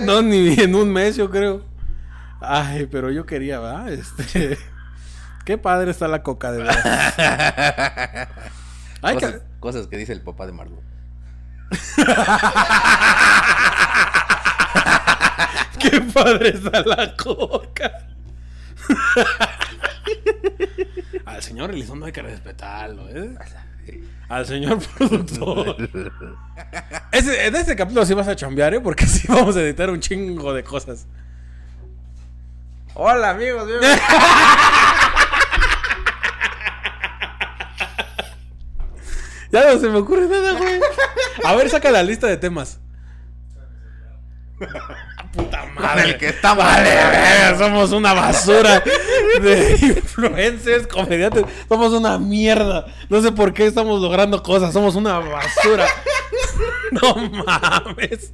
C: No, ni en un mes, yo creo. Ay, pero yo quería, ¿verdad? Este. Qué padre está la coca, de verdad. Ay,
B: cosas,
C: que-
B: cosas que dice el papá de Marlo.
C: Qué padre está la coca. Al señor Elizondo hay que respetarlo, ¿eh? Al señor productor. Ese, en este capítulo sí vas a chambear, ¿eh? Porque sí vamos a editar un chingo de cosas.
B: Hola, amigos.
C: Ya no se me ocurre nada, güey. A ver, saca la lista de temas. Puta madre.
B: el que está mal, eh,
C: Verga, somos una basura de influencers, comediantes. Somos una mierda. No sé por qué estamos logrando cosas. Somos una basura. No mames.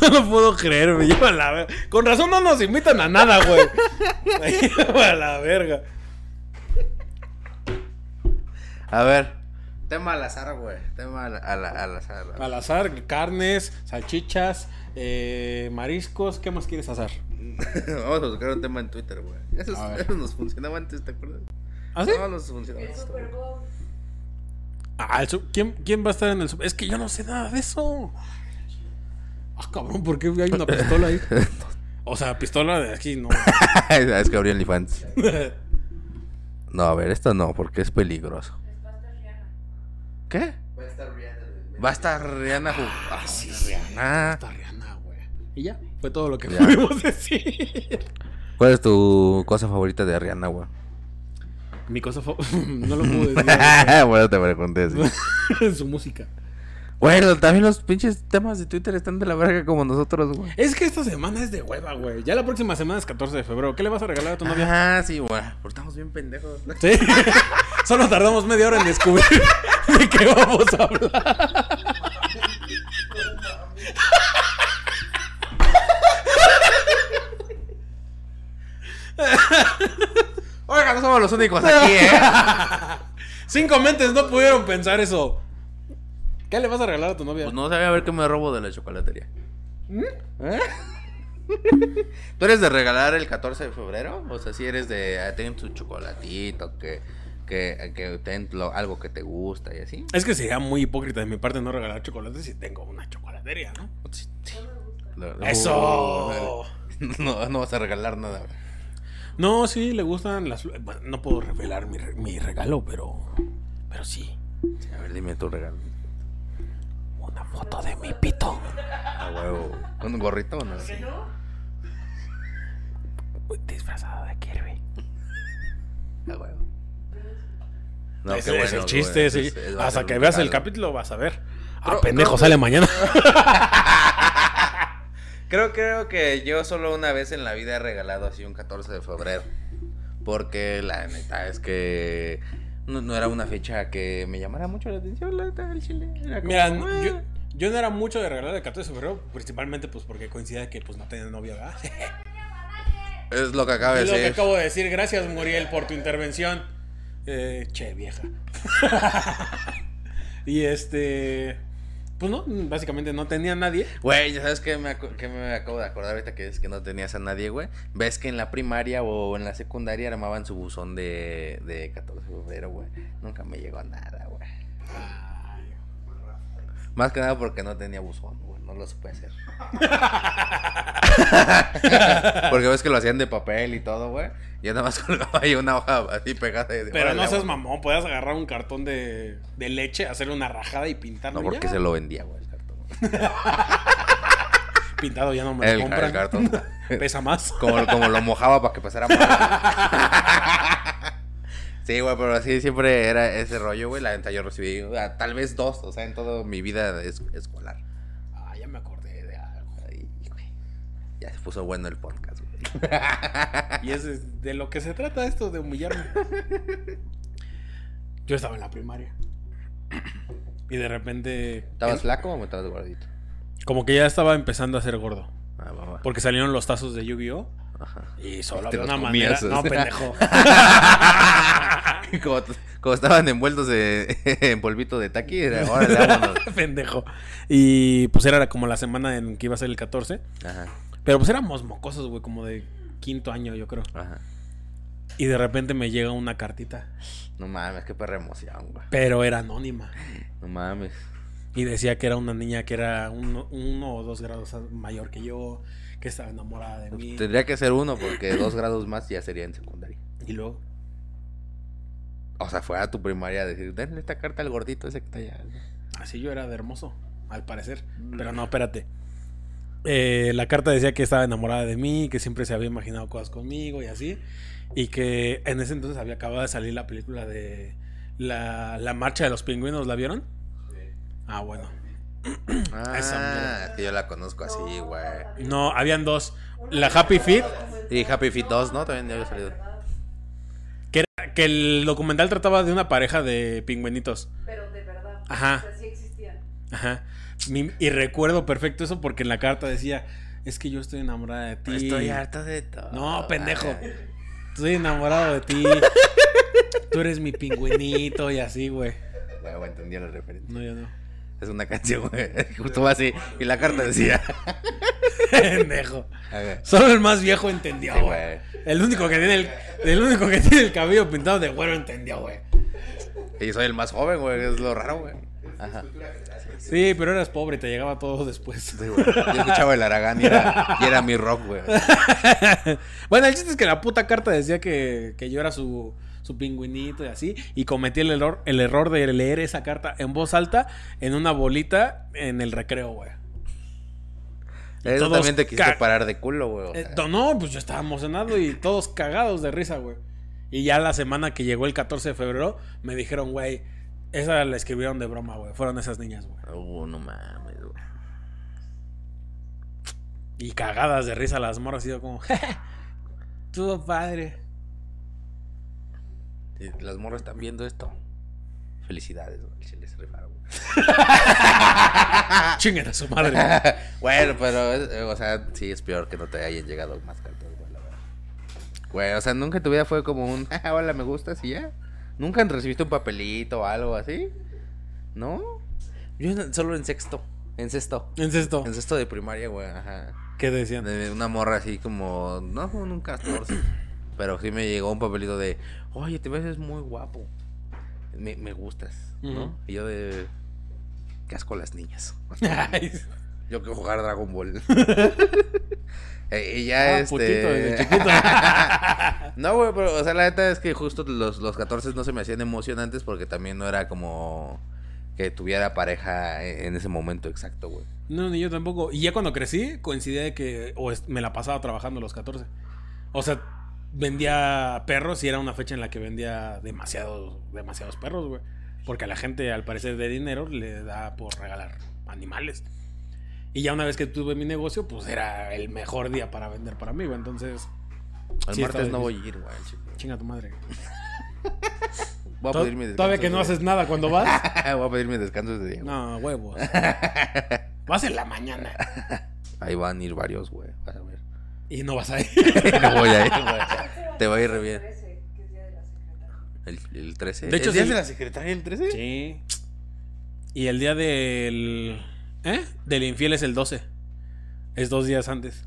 C: No lo puedo creer, me lleva a la verga. Con razón no nos invitan a nada, güey. Me lleva a la verga.
B: A ver. Tema al azar, güey. Tema al, al- al azar.
C: Al azar, carnes, salchichas, eh, mariscos. ¿Qué más quieres azar?
B: Vamos a buscar un tema en Twitter, güey. Eso,
C: A ver.
B: eso nos funcionaba antes, ¿te acuerdas?
C: ¿Ah, sí?
B: No, nos funcionaba
E: El
B: antes.
E: Super Bowl.
C: Ah, el Sup- ¿Quién, ¿Quién va a estar en el Super? Es que yo no sé nada de eso. Ah, cabrón, ¿por qué hay una pistola ahí? O sea, pistola de aquí, no.
B: Ah, es que abrió fans. No, a ver, esto no, porque es peligroso. ¿Qué?
D: Va a estar Rihanna en el medio.
B: Va a estar Rihanna jug- Ah, sí, Rihanna.
C: Está Rihanna, güey. Y ya, fue todo lo que
B: Ya.
C: pudimos decir.
B: ¿Cuál es tu cosa favorita de Rihanna, güey?
C: Mi cosa fue. No lo pude decir
B: bueno, te pregunté así.
C: en su música.
B: Bueno, también los pinches temas de Twitter están de la verga como nosotros, güey.
C: Es que esta semana es de hueva, güey. Ya la próxima semana es 14 de febrero. ¿Qué le vas a regalar a tu novia?
B: Ah, sí, güey. Pero estamos bien pendejos.
C: Sí. Solo tardamos media hora en descubrir de qué vamos a hablar.
B: Oiga, no somos los únicos aquí, ¿eh?
C: Cinco mentes no pudieron pensar eso. ¿Qué le vas a regalar a tu novia?
B: Pues no sabía a ver qué me robo de la chocolatería. ¿Eh? ¿Tú eres de regalar el 14 de febrero? O sea, si eres de ah, ten tu chocolatito, que, que, que ten lo- algo que te gusta y así.
C: Es que sería muy hipócrita de mi parte no regalar chocolates si tengo una chocolatería, ¿no?
B: Lo-
C: ¡Eso!
B: No, no vas a regalar nada.
C: No, sí, le gustan las... fl- bueno, no puedo revelar mi, re- mi regalo, pero... Pero sí.
B: A ver, dime tu regalo.
C: Una foto de mi pito.
B: A huevo. ¿Con un gorrito o no?
C: Disfrazada de Kirby.
B: A huevo. No,
C: Ese
B: qué
C: es
B: bueno, qué
C: el chiste.
B: bueno.
C: sí.
B: Ese- ese va a
C: Hasta
B: ser
C: que
B: un
C: veas el
B: regalo.
C: capítulo vas a ver. Ah,
B: Creo-
C: pendejo,
B: creo-
C: sale mañana.
B: Creo, creo que yo solo una vez en la vida he regalado así un 14 de febrero. Porque la neta es que no, no era una fecha que me llamara mucho la atención, la neta, el chile. Era como,
C: Mira,
B: "Ah".
C: yo, yo no era mucho de regalar el 14 de febrero, principalmente pues porque coincidía que pues no tenía novia, ¿verdad?
B: "Ah". Es lo que acaba de
C: Es lo que
B: decir.
C: acabo de decir. Gracias, Muriel, por tu intervención. eh, che, vieja. y este. Pues no, básicamente no tenía a nadie.
B: Güey, ya sabes que me, acu- que me acabo de acordar ahorita que es que no tenías a nadie, güey. Ves que en la primaria o en la secundaria armaban su buzón de, de 14 de febrero, güey. Nunca me llegó nada, güey. Más que nada porque no tenía buzón, güey. No lo supe hacer. porque ves que lo hacían de papel y todo, güey. Yo nada más colgaba ahí una hoja así pegada. y-
C: Pero
B: órale,
C: no seas
B: güey.
C: mamón, podías agarrar un cartón de, de leche, hacerle una rajada y pintarlo.
B: No, porque
C: ya.
B: se lo vendía, güey, el cartón.
C: Pintado ya no me lo
B: El,
C: compran.
B: el cartón.
C: Pesa más.
B: Como, como lo mojaba para que pasara por ahí. Sí, güey, pero así siempre era ese rollo, güey. La neta yo recibí ah, tal vez dos, o sea, en toda mi vida es- escolar.
C: Ah, ya me acordé de algo.
B: Ay, güey. Ya se puso bueno el podcast, güey.
C: Y es de- de lo que se trata esto, de humillarme. Yo estaba en la primaria. Y de repente.
B: ¿Estabas flaco o me estabas gordito?
C: Como que ya estaba empezando a ser gordo.
B: Ah, mamá.
C: Porque salieron los tazos de Yu-Gi-Oh!
B: Ajá.
C: Y solo
B: Te
C: había
B: los
C: una manera.
B: comías, o
C: No,
B: sea.
C: pendejo.
B: como, como estaban envueltos de- en polvito de taqui, era, órale, vámonos.
C: pendejo. Y pues era como la semana en que iba a ser el 14.
B: Ajá,
C: Pero pues éramos mocosos, güey, como de quinto año, yo creo.
B: ajá.
C: Y de repente me llega una cartita.
B: No mames, qué perra emoción, güey.
C: Pero era anónima.
B: No mames.
C: Y decía que era una niña que era uno, uno o dos grados mayor que yo, que estaba enamorada
B: Pues,
C: de mí.
B: Tendría que ser uno porque dos grados más ya sería en secundaria.
C: Y luego,
B: O sea, fue a tu primaria a decir, denle esta carta al gordito ese que está allá.
C: así yo era de hermoso, al parecer.
B: Mm.
C: Pero no, espérate. Eh, la carta decía que estaba enamorada de mí, que siempre se había imaginado cosas conmigo y así. Y que en ese entonces había acabado de salir la película de La, la Marcha de los Pingüinos, ¿la vieron? Ah, bueno.
B: Ah,
C: Esa mierda.
B: es que yo la conozco así, güey.
C: No, habían dos. La Happy Feet,
B: Y Happy Feet 2, ¿no? También ya había salido.
C: que, era- que el documental trataba de una pareja de pingüinitos.
E: Pero de verdad.
C: Ajá.
E: O sea, sí existían.
C: Ajá. Mi- y recuerdo perfecto eso porque en la carta decía, es que yo estoy enamorada de ti.
B: Estoy harta de todo.
C: No, pendejo.
B: Ay,
C: Estoy enamorado de ti. Tú eres mi pingüinito y así, güey.
B: Güey, güey, entendí la referencia.
C: No, yo no.
B: Es una canción, güey. Justo va así. Y la carta decía.
C: Pendejo.
B: A ver.
C: Solo el más viejo entendió,
B: Sí,
C: güey.
B: güey.
C: El único que tiene el, el único que tiene el cabello pintado de güero entendió, güey.
B: Y soy el más joven, güey. Es lo raro, güey. Ajá.
C: Sí, pero eras pobre, te llegaba todo después.
B: Sí, güey. Yo escuchaba el Aragán y era, y era mi rock, güey.
C: bueno, el chiste es que la puta carta decía que, que yo era su, su pingüinito y así. Y cometí el error, el error de leer esa carta en voz alta en una bolita en el recreo, güey.
B: Eso
C: todos
B: también te quisiste
C: ca-
B: parar de culo, güey. o
C: Eh,
B: sea.
C: to- no, pues yo estaba emocionado y todos cagados de risa, güey. Y ya la semana que llegó el 14 de febrero, me dijeron, güey, esa la escribieron de broma, güey. Fueron esas niñas, güey.
B: Uh, no mames, güey.
C: Y cagadas de risa las morras, y yo como, todo padre.
B: Si Las morras están viendo esto. Felicidades, güey. al chile se rifaron, güey. Ah.
C: Chinguen a su madre.
B: bueno, pero, es- eh, o sea, sí es peor que no te hayan llegado más cartas, güey, la verdad. Güey, o sea, nunca en tu vida fue como un, "Ah, hola, me gustas y ya. Nunca recibiste un papelito o algo así. ¿No? Yo en- solo en sexto. En sexto.
C: ¿En esto?
B: En sexto de primaria, güey, ajá.
C: ¿Qué decían?
B: De una morra así como, no, como un 14. Pero sí me llegó un papelito de, oye, te ves muy guapo. Me, me gustas, ¿no?
C: Ujú.
B: Y yo de, qué asco las niñas.
C: Ay,
B: Yo quiero jugar Dragon Ball. Eh, y ya
C: ah,
B: este...
C: putito desde chiquito.
B: No, güey, pero, o sea, la neta es que justo los, los 14 no se me hacían emocionantes porque también no era como que tuviera pareja e, en en ese momento exacto, güey.
C: No, ni yo tampoco. Y ya cuando crecí, coincidía de que o es- me la pasaba trabajando los 14. O sea, vendía perros y era una fecha en la que vendía demasiados, demasiados perros, güey. Porque a la gente, al parecer de dinero, le da por regalar animales. Y ya una vez que tuve mi negocio, pues era el mejor día para vender para mí, güey. Entonces,
B: El
C: Sí, está
B: martes no voy
C: difícil.
B: a ir, güey. al chile.
C: chinga tu madre.
B: Voy a
C: To-
B: pedir mi descanso.
C: Todavía que no
B: de-
C: haces nada cuando vas.
B: Voy a pedir mi descanso ese día, güey.
C: No, huevos. Vas en la mañana
B: Ahí van a ir varios, güey. Vas a ver.
C: y no vas a ir.
B: no voy a ir,
E: Ese
B: güey. Te va a ir re bien.
E: Que es día de la secretaria.
B: El, el 13.
C: De hecho,
B: ¿El día
C: sí.
B: de la secretaria el 13?
C: Sí. Y el día del. ¿Eh? Del infiel es el 12. Es dos días antes.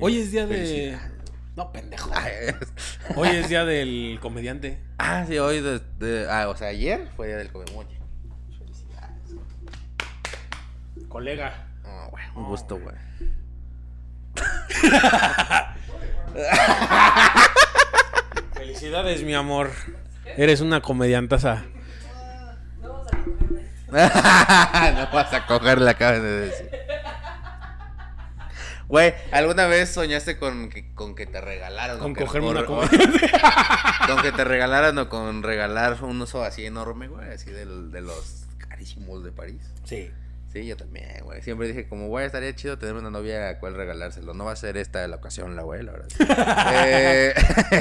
C: Hoy es día de. No, pendejo. Hoy es día del comediante.
B: Ah, sí, hoy. de- de- ah, o sea, ayer fue día del comemoche.
C: Colega.
B: Ah, güey, un gusto, güey.
C: Felicidades, mi amor. Eres una comediantaza.
E: No vamos a comer de esto.
B: no vas a coger la cabeza de decir. Güey, ¿alguna vez soñaste con que, con que te regalaron? o
C: Con
B: que-
C: cogerme
B: o-
C: una
B: o-
C: comediante.
B: Con que te regalaran o con regalar un oso así enorme, güey, así del- de los carísimos de París.
C: Sí.
B: Sí, yo también, güey. Siempre dije, como, güey, estaría chido tener una novia a cual regalárselo. No va a ser esta la ocasión, la güey, la verdad. Eh,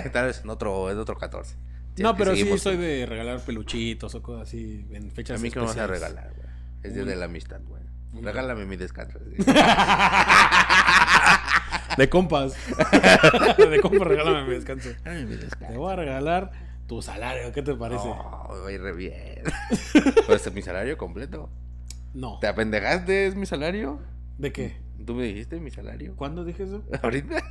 B: tal vez en otro, en otro 14. Si es
C: No,
B: que
C: pero sí
B: seguimos
C: soy
B: juntos.
C: de regalar peluchitos o cosas así en fechas
B: A mí que me vas a
C: especiales.
B: regalar, güey. Es día
C: Un-
B: de la amistad, güey.
C: un-
B: Regálame mi descanso. sí.
C: De compas. de compas, regálame mi descanso.
B: Regálame mi
C: Te
B: descanso.
C: voy a regalar tu salario, ¿qué te parece?
B: No, me va a ir re bien. Pues mi salario completo.
C: No.
B: ¿Te apendejaste? ¿Es mi salario?
C: ¿De qué?
B: ¿Tú me dijiste mi salario?
C: ¿Cuándo dije eso?
B: ¿Ahorita?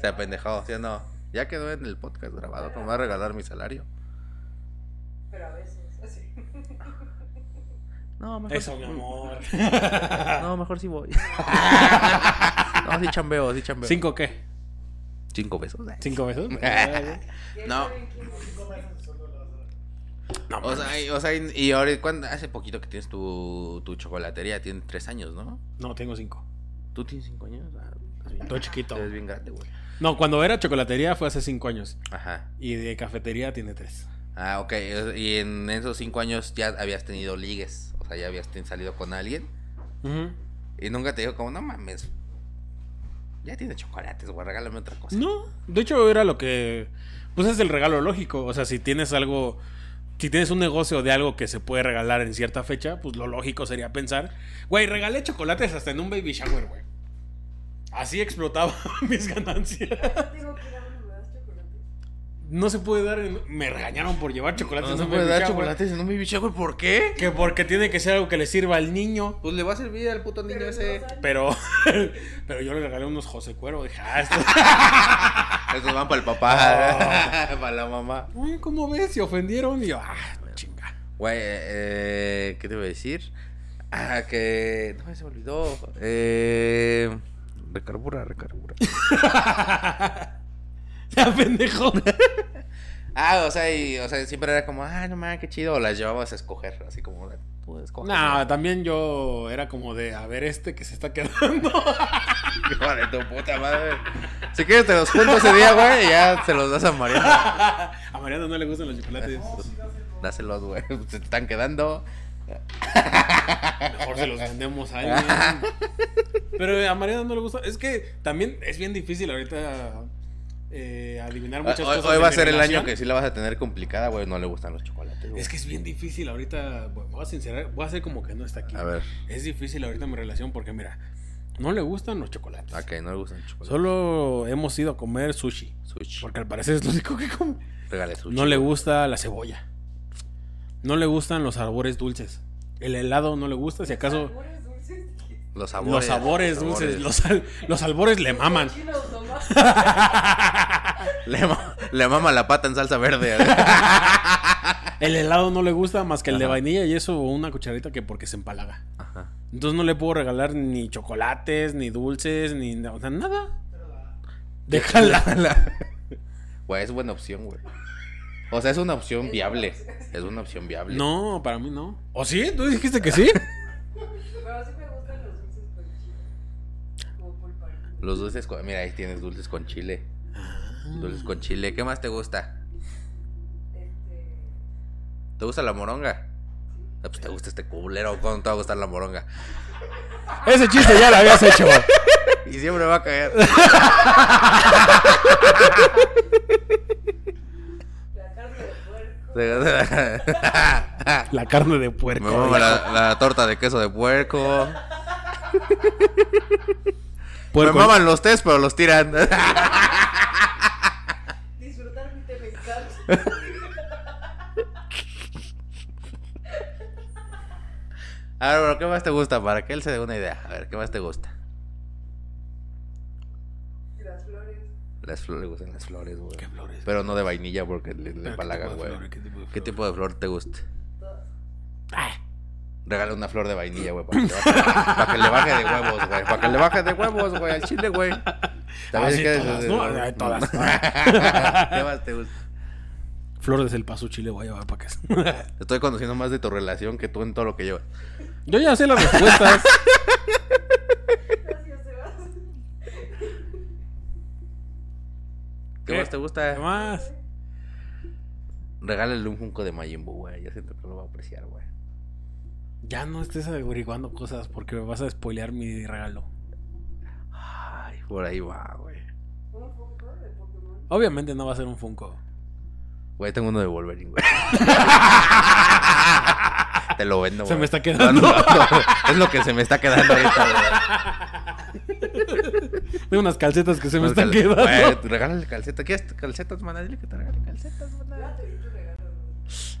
B: Se apendejó, ¿sí o no? Ya quedó en el podcast grabado. ¿Cómo va a regalar mi salario?
E: Pero a veces, así.
B: No, mejor.
C: Eso, mi amor.
B: No, mejor sí voy. no, sí chambeo, sí chambeo.
C: ¿Cinco qué?
B: Cinco pesos. eh.
C: ¿Cinco besos?
E: Y ahí
B: No.
E: está bien clean, así como-
C: No,
B: O sea, y, o sea, y- y ahora, ¿cuándo? hace poquito que tienes tu, tu chocolatería, tienes tres años, ¿no?
C: no, tengo cinco.
B: ¿Tú tienes cinco años? Ah, estás bien-
C: Todo chiquito.
B: estás bien grande, güey.
C: No, cuando era chocolatería fue hace cinco años.
B: Ajá.
C: Y de cafetería tiene tres.
B: Ah, ok. o- Y en esos cinco años ya habías tenido ligues. O sea, ya habías ten- salido con alguien. Y nunca te dijo como, no mames. Ya tienes chocolates, güey, regálame otra cosa.
C: No, de hecho era lo que... Pues es el regalo lógico. O sea, si tienes algo... Si tienes un negocio de algo que se puede regalar en cierta fecha, pues lo lógico sería pensar... Güey, regalé chocolates hasta en un baby shower, güey. Así explotaba mis ganancias.
E: Tengo que ir a uno, ¿me das chocolate?
C: No se puede dar... en- Me regañaron por llevar chocolates
B: No
C: en
B: se
C: un
B: puede
C: baby
B: dar
C: shower.
B: chocolates en un baby shower, ¿por qué?
C: Que porque tiene que ser algo que le sirva al niño.
B: Pues le va a servir al puto niño
E: Pero
B: ese.
E: no sale.
C: Pero, pero yo le regalé unos José Cuervo. Dije, ah, esto.
B: Estos van para el papá, para la mamá.
C: Uy, ¿Cómo ves? Se ofendieron. Y yo, ah, chinga.
B: Güey, eh, ¿qué te voy a decir? Ah, que. No, se me olvidó. Eh. Recarbura, recarbura.
C: La pendejo.
B: Ah, o sea, y, o sea, siempre era como, ah, no mames, qué chido. O las llevabas a escoger, así como, tú escoges.
C: No, también yo era como de, a ver, este que se está quedando.
B: Hijo de tu puta madre. Si quieres, te los junto ese día, güey, y ya se los das a Mariana.
C: A Mariana no le gustan los chocolates.
B: Dáselos, güey. Se te están quedando.
C: Mejor se los vendemos a alguien. Pero a Mariana no le gusta. Es que también es bien difícil ahorita eh, adivinar
B: Ah, Hoy,
C: muchas cosas.
B: hoy
C: de
B: va a
C: mi
B: ser el año
C: relación.
B: que sí la vas a tener complicada, güey. No le gustan los chocolates, güey.
C: Es que es bien difícil ahorita. bueno, me voy a sincerar, voy a hacer como que no está aquí.
B: A ver,
C: Es difícil ahorita mi relación porque, mira, no le gustan los chocolates.
B: Ah, ok, no le gustan los chocolates.
C: Solo hemos ido a comer sushi.
B: Sushi.
C: Porque al parecer es lo único que come.
B: Regale sushi.
C: No le gusta la cebolla. No le gustan los sabores dulces. El helado no le gusta, si acaso.
E: Sabores dulces.
B: Los sabores.
C: los sabores dulces,
B: sabores.
C: los, al- los albores le maman.
E: Cochinos nomás.
B: Le, ma- le mama la pata en salsa verde. ¿eh?
C: El helado no le gusta más que el de
B: Ajá.
C: vainilla y eso una cucharita que porque se empalaga.
B: Ajá.
C: Entonces no le puedo regalar ni chocolates, ni dulces, ni na- o sea, nada. Déjala.
B: Güey, es buena opción, güey. O sea, es una opción
E: Es
B: viable.
E: una
B: Es una opción viable.
C: No, para mí no. ¿O sí? ¿Tú dijiste que sí?
E: Pero sí me gustan los dulces con chile. Como pulpa.
B: Los dulces con... Mira, ahí tienes dulces con chile. Dulces con chile. ¿Qué más te gusta?
E: Este.
B: ¿Te gusta la moronga? Ah, pues te gusta este culero. ¿Cómo no te va a gustar la moronga?
C: Ese chiste ya lo habías hecho.
B: Y siempre va a caer.
E: La carne de
B: Me
E: puerco.
C: La carne de puerco.
B: mama la, la torta de queso de puerco.
C: Puerco.
B: Me maman los test, pero los tiran.
E: Disfrutar mi té me encanta.
B: A ver, bro, ¿qué más te gusta? Para que él se dé una idea. A ver, ¿qué más te gusta?
E: Y las flores.
B: Las flores, le gustan las flores, güey.
C: ¿Qué flores?
B: Pero no de vainilla porque le, le
C: Pero, ¿qué
B: empalagan,
C: tipo de
B: güey.
C: flor? ¿Qué tipo de
B: ¿Qué
C: flor?
B: tipo de flor te gusta?
E: Todas.
B: Regala una flor de vainilla, güey, para, que le baje- para que le baje de huevos, güey. Para que le baje de huevos, güey, al chile, güey.
C: Ah,
B: También
C: sí,
B: que-
C: todas, ¿no? Ah, todas.
B: ¿Qué más te gusta?
C: Flores del Paso, Chile, Guayaba, para que
B: Estoy conociendo más de tu relación que tú en todo lo que llevas.
C: Yo ya sé las respuestas.
E: Gracias, Sebas.
B: ¿Qué,
C: ¿Qué?
B: más te gusta?
C: ¿Qué más?
B: Regálale un junco de Mayimbu, güey. Yo siento que lo va a apreciar, güey.
C: Ya no estés averiguando cosas porque me vas a spoilear mi regalo.
B: Ay, por ahí va, güey.
E: Un poco de Pokémon.
C: Obviamente no va a ser un Funko.
B: Güey, tengo uno de Wolverine, güey. Te lo vendo, güey.
C: Se me está quedando.
B: No, no, no. Es lo que se me está quedando ahorita, güey.
C: Veo unas calcetas que se me
B: Unas
C: están
B: cal-
C: quedando.
B: Güey, regálale calcetas. ¿Quieres calcetas, maná? Dile que te regale calcetas,
E: Ya
B: maná.
E: te di tu regalo.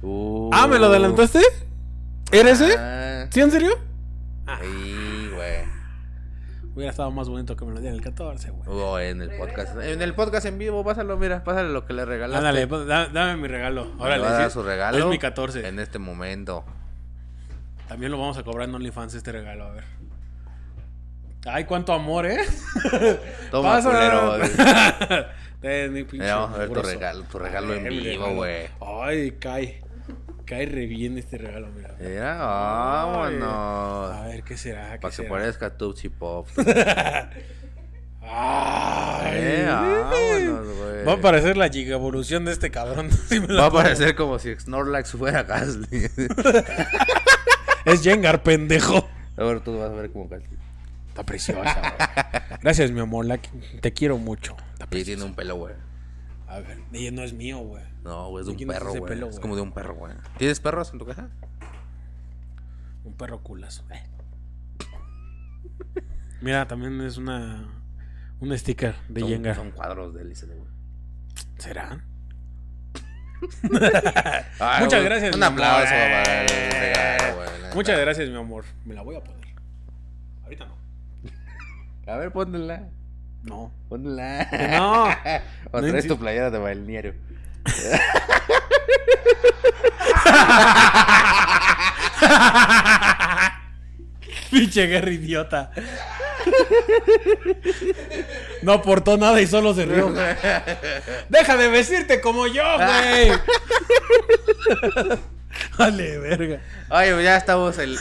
E: güey.
B: Uh.
C: Ah, ¿me lo adelantaste? ¿Eres ese?
B: Ah,
C: ¿Sí, en serio?
B: Sí, güey.
C: Hubiera estado más bonito que me lo diera el 14, güey.
B: Oh, en el podcast. En el podcast en vivo, pásalo, mira. Pásale lo que le regalaste.
C: Ándale, pues, da- dame mi regalo.
B: Le
C: Órale,
B: va a dar
C: sí.
B: su regalo.
C: Es mi 14.
B: En este momento.
C: También lo vamos a cobrar en OnlyFans este regalo, a ver. Ay, cuánto amor, ¿eh?
B: Toma,
C: Pasa.
B: culero.
C: Ten, mi pinche
B: Mira, vamos a ver tu
C: mugroso.
B: regalo, tu regalo
C: A
B: en
C: ver, mi
B: vivo,
C: regalo.
B: güey.
C: Ay, cae. Cae re bien este regalo, mira.
B: Mira,
C: A
B: vámonos.
C: ver, ¿qué será? ¿Qué
B: Para que
C: será?
B: parezca Tootsie Pop.
C: Ay.
B: Eh, vámonos, güey.
C: Va a parecer la gigavolución de este cabrón. si me lo-
B: Va a parecer como si Snorlax fuera Gasly.
C: Es Jengar, pendejo.
B: Ahora tú vas a ver como Gasly.
C: Está preciosa, güey. Gracias, mi amor. la- Te quiero mucho. Está
B: Y
C: preciosa.
B: tiene un pelo, güey.
C: A ver, y no es mío, güey.
B: No, güey, es
C: ¿De
B: de un
C: quién es
B: perro,
C: ese
B: güey.
C: pelo,
B: Es
C: güey?
B: como de un perro, güey. ¿Tienes perros en tu casa?
C: Un perro culazo. eh. Mira, también es una. Un sticker de
B: Son-
C: Jengar.
B: Son cuadros de LCD, güey.
C: ¿Será?
B: Ay,
C: Muchas
B: un-
C: gracias,
B: Ah, Un
C: mi
B: aplauso
C: amor.
B: para el regalo, güey. la
C: Muchas
B: neta.
C: gracias, mi amor. Me la voy a poner. Ahorita no.
B: A ver, pónmela.
C: No.
B: Pónmela.
C: No.
B: O
C: No
B: traes
C: insi-
B: tu playera de balneario.
C: Pinche guerra idiota. No aportó nada y solo se rió. güey. Deja de vestirte como yo, güey. Vale, verga.
B: Oye, pues ya estamos en, en-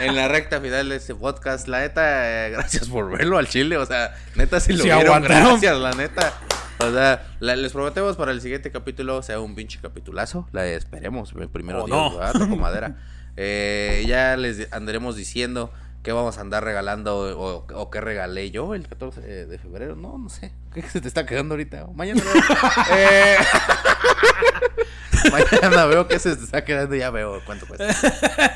B: en la recta final de este podcast. La neta, eh, gracias por verlo al chile. O sea, neta, si lo
C: Si
B: vieron,
C: aguantaron.
B: gracias, la neta. O sea, la- les prometemos para el siguiente capítulo sea un pinche capitulazo. La esperemos, el primero
C: O
B: Dios,
C: Oh, no.
B: ¿verdad? Toco madera. Eh, ya les andaremos diciendo qué vamos a andar regalando o, o qué regalé yo el 14 de febrero. No, no sé. ¿Qué se te está quedando ahorita? Mañana veo. Eh, mañana veo qué se te está quedando y ya veo cuánto cuesta.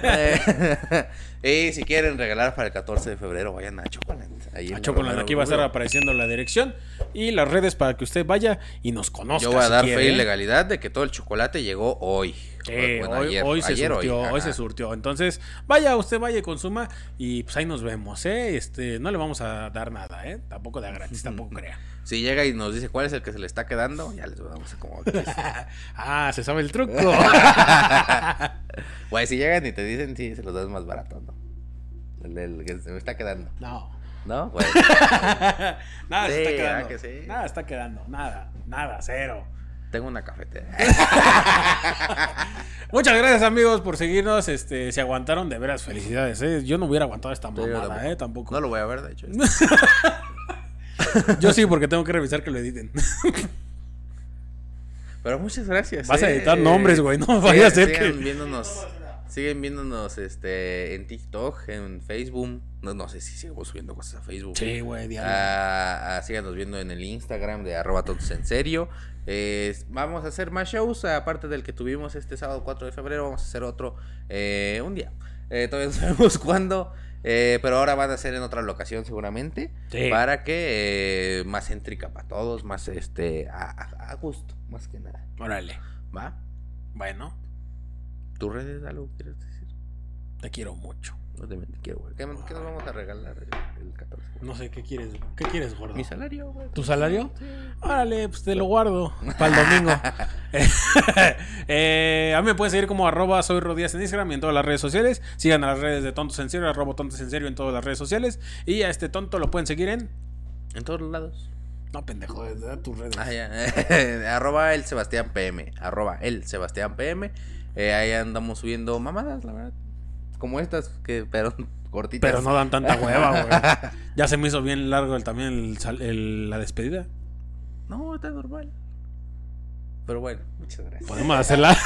B: Eh, y si quieren regalar para el 14 de febrero, vayan a Chocolate. Ahí en
C: A
B: la
C: Chocolate,
B: Romero
C: pues, aquí va a estar
B: Rubio.
C: apareciendo la dirección y las redes para que usted vaya y nos conozca.
B: Yo voy a
C: si
B: dar
C: quiere. ¿eh?
B: fe y legalidad de que todo el chocolate llegó hoy.
C: Sí,
B: Bueno,
C: Eh, hoy,
B: ayer,
C: hoy se
B: ayer,
C: surtió, hoy,
B: ajá.
C: se surtió. Entonces, vaya, usted vaya y consuma y pues ahí nos vemos, ¿eh? Este, no le vamos a dar nada, ¿eh? Tampoco da gratis, tampoco crea.
B: Si llega y nos dice cuál es el que se le está quedando, ya les vamos a como. diez.
C: Ah, se sabe el truco.
B: Güey, si llegan y te dicen, sí, se los das más barato, ¿no? El del que se me está quedando,
C: No.
B: ¿no? Güey,
C: Nada se
B: Sí,
C: está
B: ¿verdad
C: quedando.
B: que sí?
C: Nada está quedando. Nada, nada, cero.
B: tengo una cafetera.
C: Muchas gracias, amigos, por seguirnos. Este, se aguantaron de veras, felicidades, ¿eh? Yo no hubiera aguantado esta
B: yo
C: mamada, ¿eh? Tampoco.
B: No lo voy a ver, de hecho.
C: Yo sí, porque tengo que revisar que lo editen.
B: Pero muchas gracias.
C: Vas a
B: eh.
C: editar nombres, güey, no vaya a ser que-
B: Sigan viéndonos, siguen viéndonos este, en TikTok, en Facebook. No, no sé si sigamos subiendo cosas a Facebook.
C: Sí, güey, diario.
B: Ah, ah, síganos viendo en el Instagram de arroba todos en serio. Eh, vamos a hacer más shows, aparte del que tuvimos este sábado 4 de febrero, vamos a hacer otro eh, un día. Eh, todavía no sabemos cuándo. Eh, pero ahora van a ser en otra locación seguramente.
C: Sí.
B: Para que eh, más céntrica para todos, más este a, a- a gusto, más que nada.
C: Órale.
B: ¿Va?
C: Bueno,
B: ¿Tus redes algo quieres decir?
C: te quiero mucho.
B: No te mentí, quiero, güey. ¿Qué, qué nos vamos a regalar el, el 14? güey?
C: No sé, ¿qué quieres? ¿Qué quieres, gordo?
B: Mi salario, güey.
C: ¿Tu salario? Órale, pues te lo guardo para el domingo. Eh, a mí me pueden seguir como arroba soy Rodías en Instagram y en todas las redes sociales. Sigan a las redes de Tontos en Serio, arroba Tontos en Serio en todas las redes sociales. Y a este tonto lo pueden seguir en...
B: En todos lados.
C: No, pendejo, da tus redes.
B: Ah, ya. arroba el Sebastián PM. Arroba el Sebastián PM. Eh, ahí andamos subiendo mamadas, la verdad. Como estas, que, pero cortitas.
C: Pero no dan tanta hueva, güey. Ya se me hizo bien largo el, también el sal- el- la despedida.
B: No, está normal. Pero bueno, muchas gracias.
C: Podemos hacerla.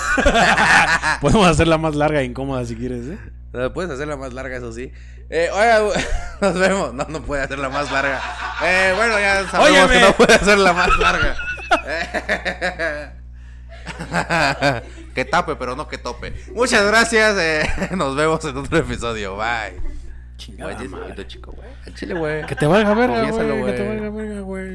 C: Podemos hacerla más larga e incómoda si quieres, ¿eh?
B: Eh, Puedes hacerla más larga, eso sí. Eh, oiga, güey, nos vemos. No, no puede hacerla más larga. Eh, bueno, ya sabemos que
C: Óyeme.
B: no puede hacerla más larga. Eh, que tape, pero no que tope. Muchas gracias. eh, nos vemos en otro episodio. Bye. Güey, ya es bonito, chico, güey. Al chile, güey.
C: Que te valga verga,
B: Confiésalo,
C: güey. Que te
B: güey.
C: valga verga, güey.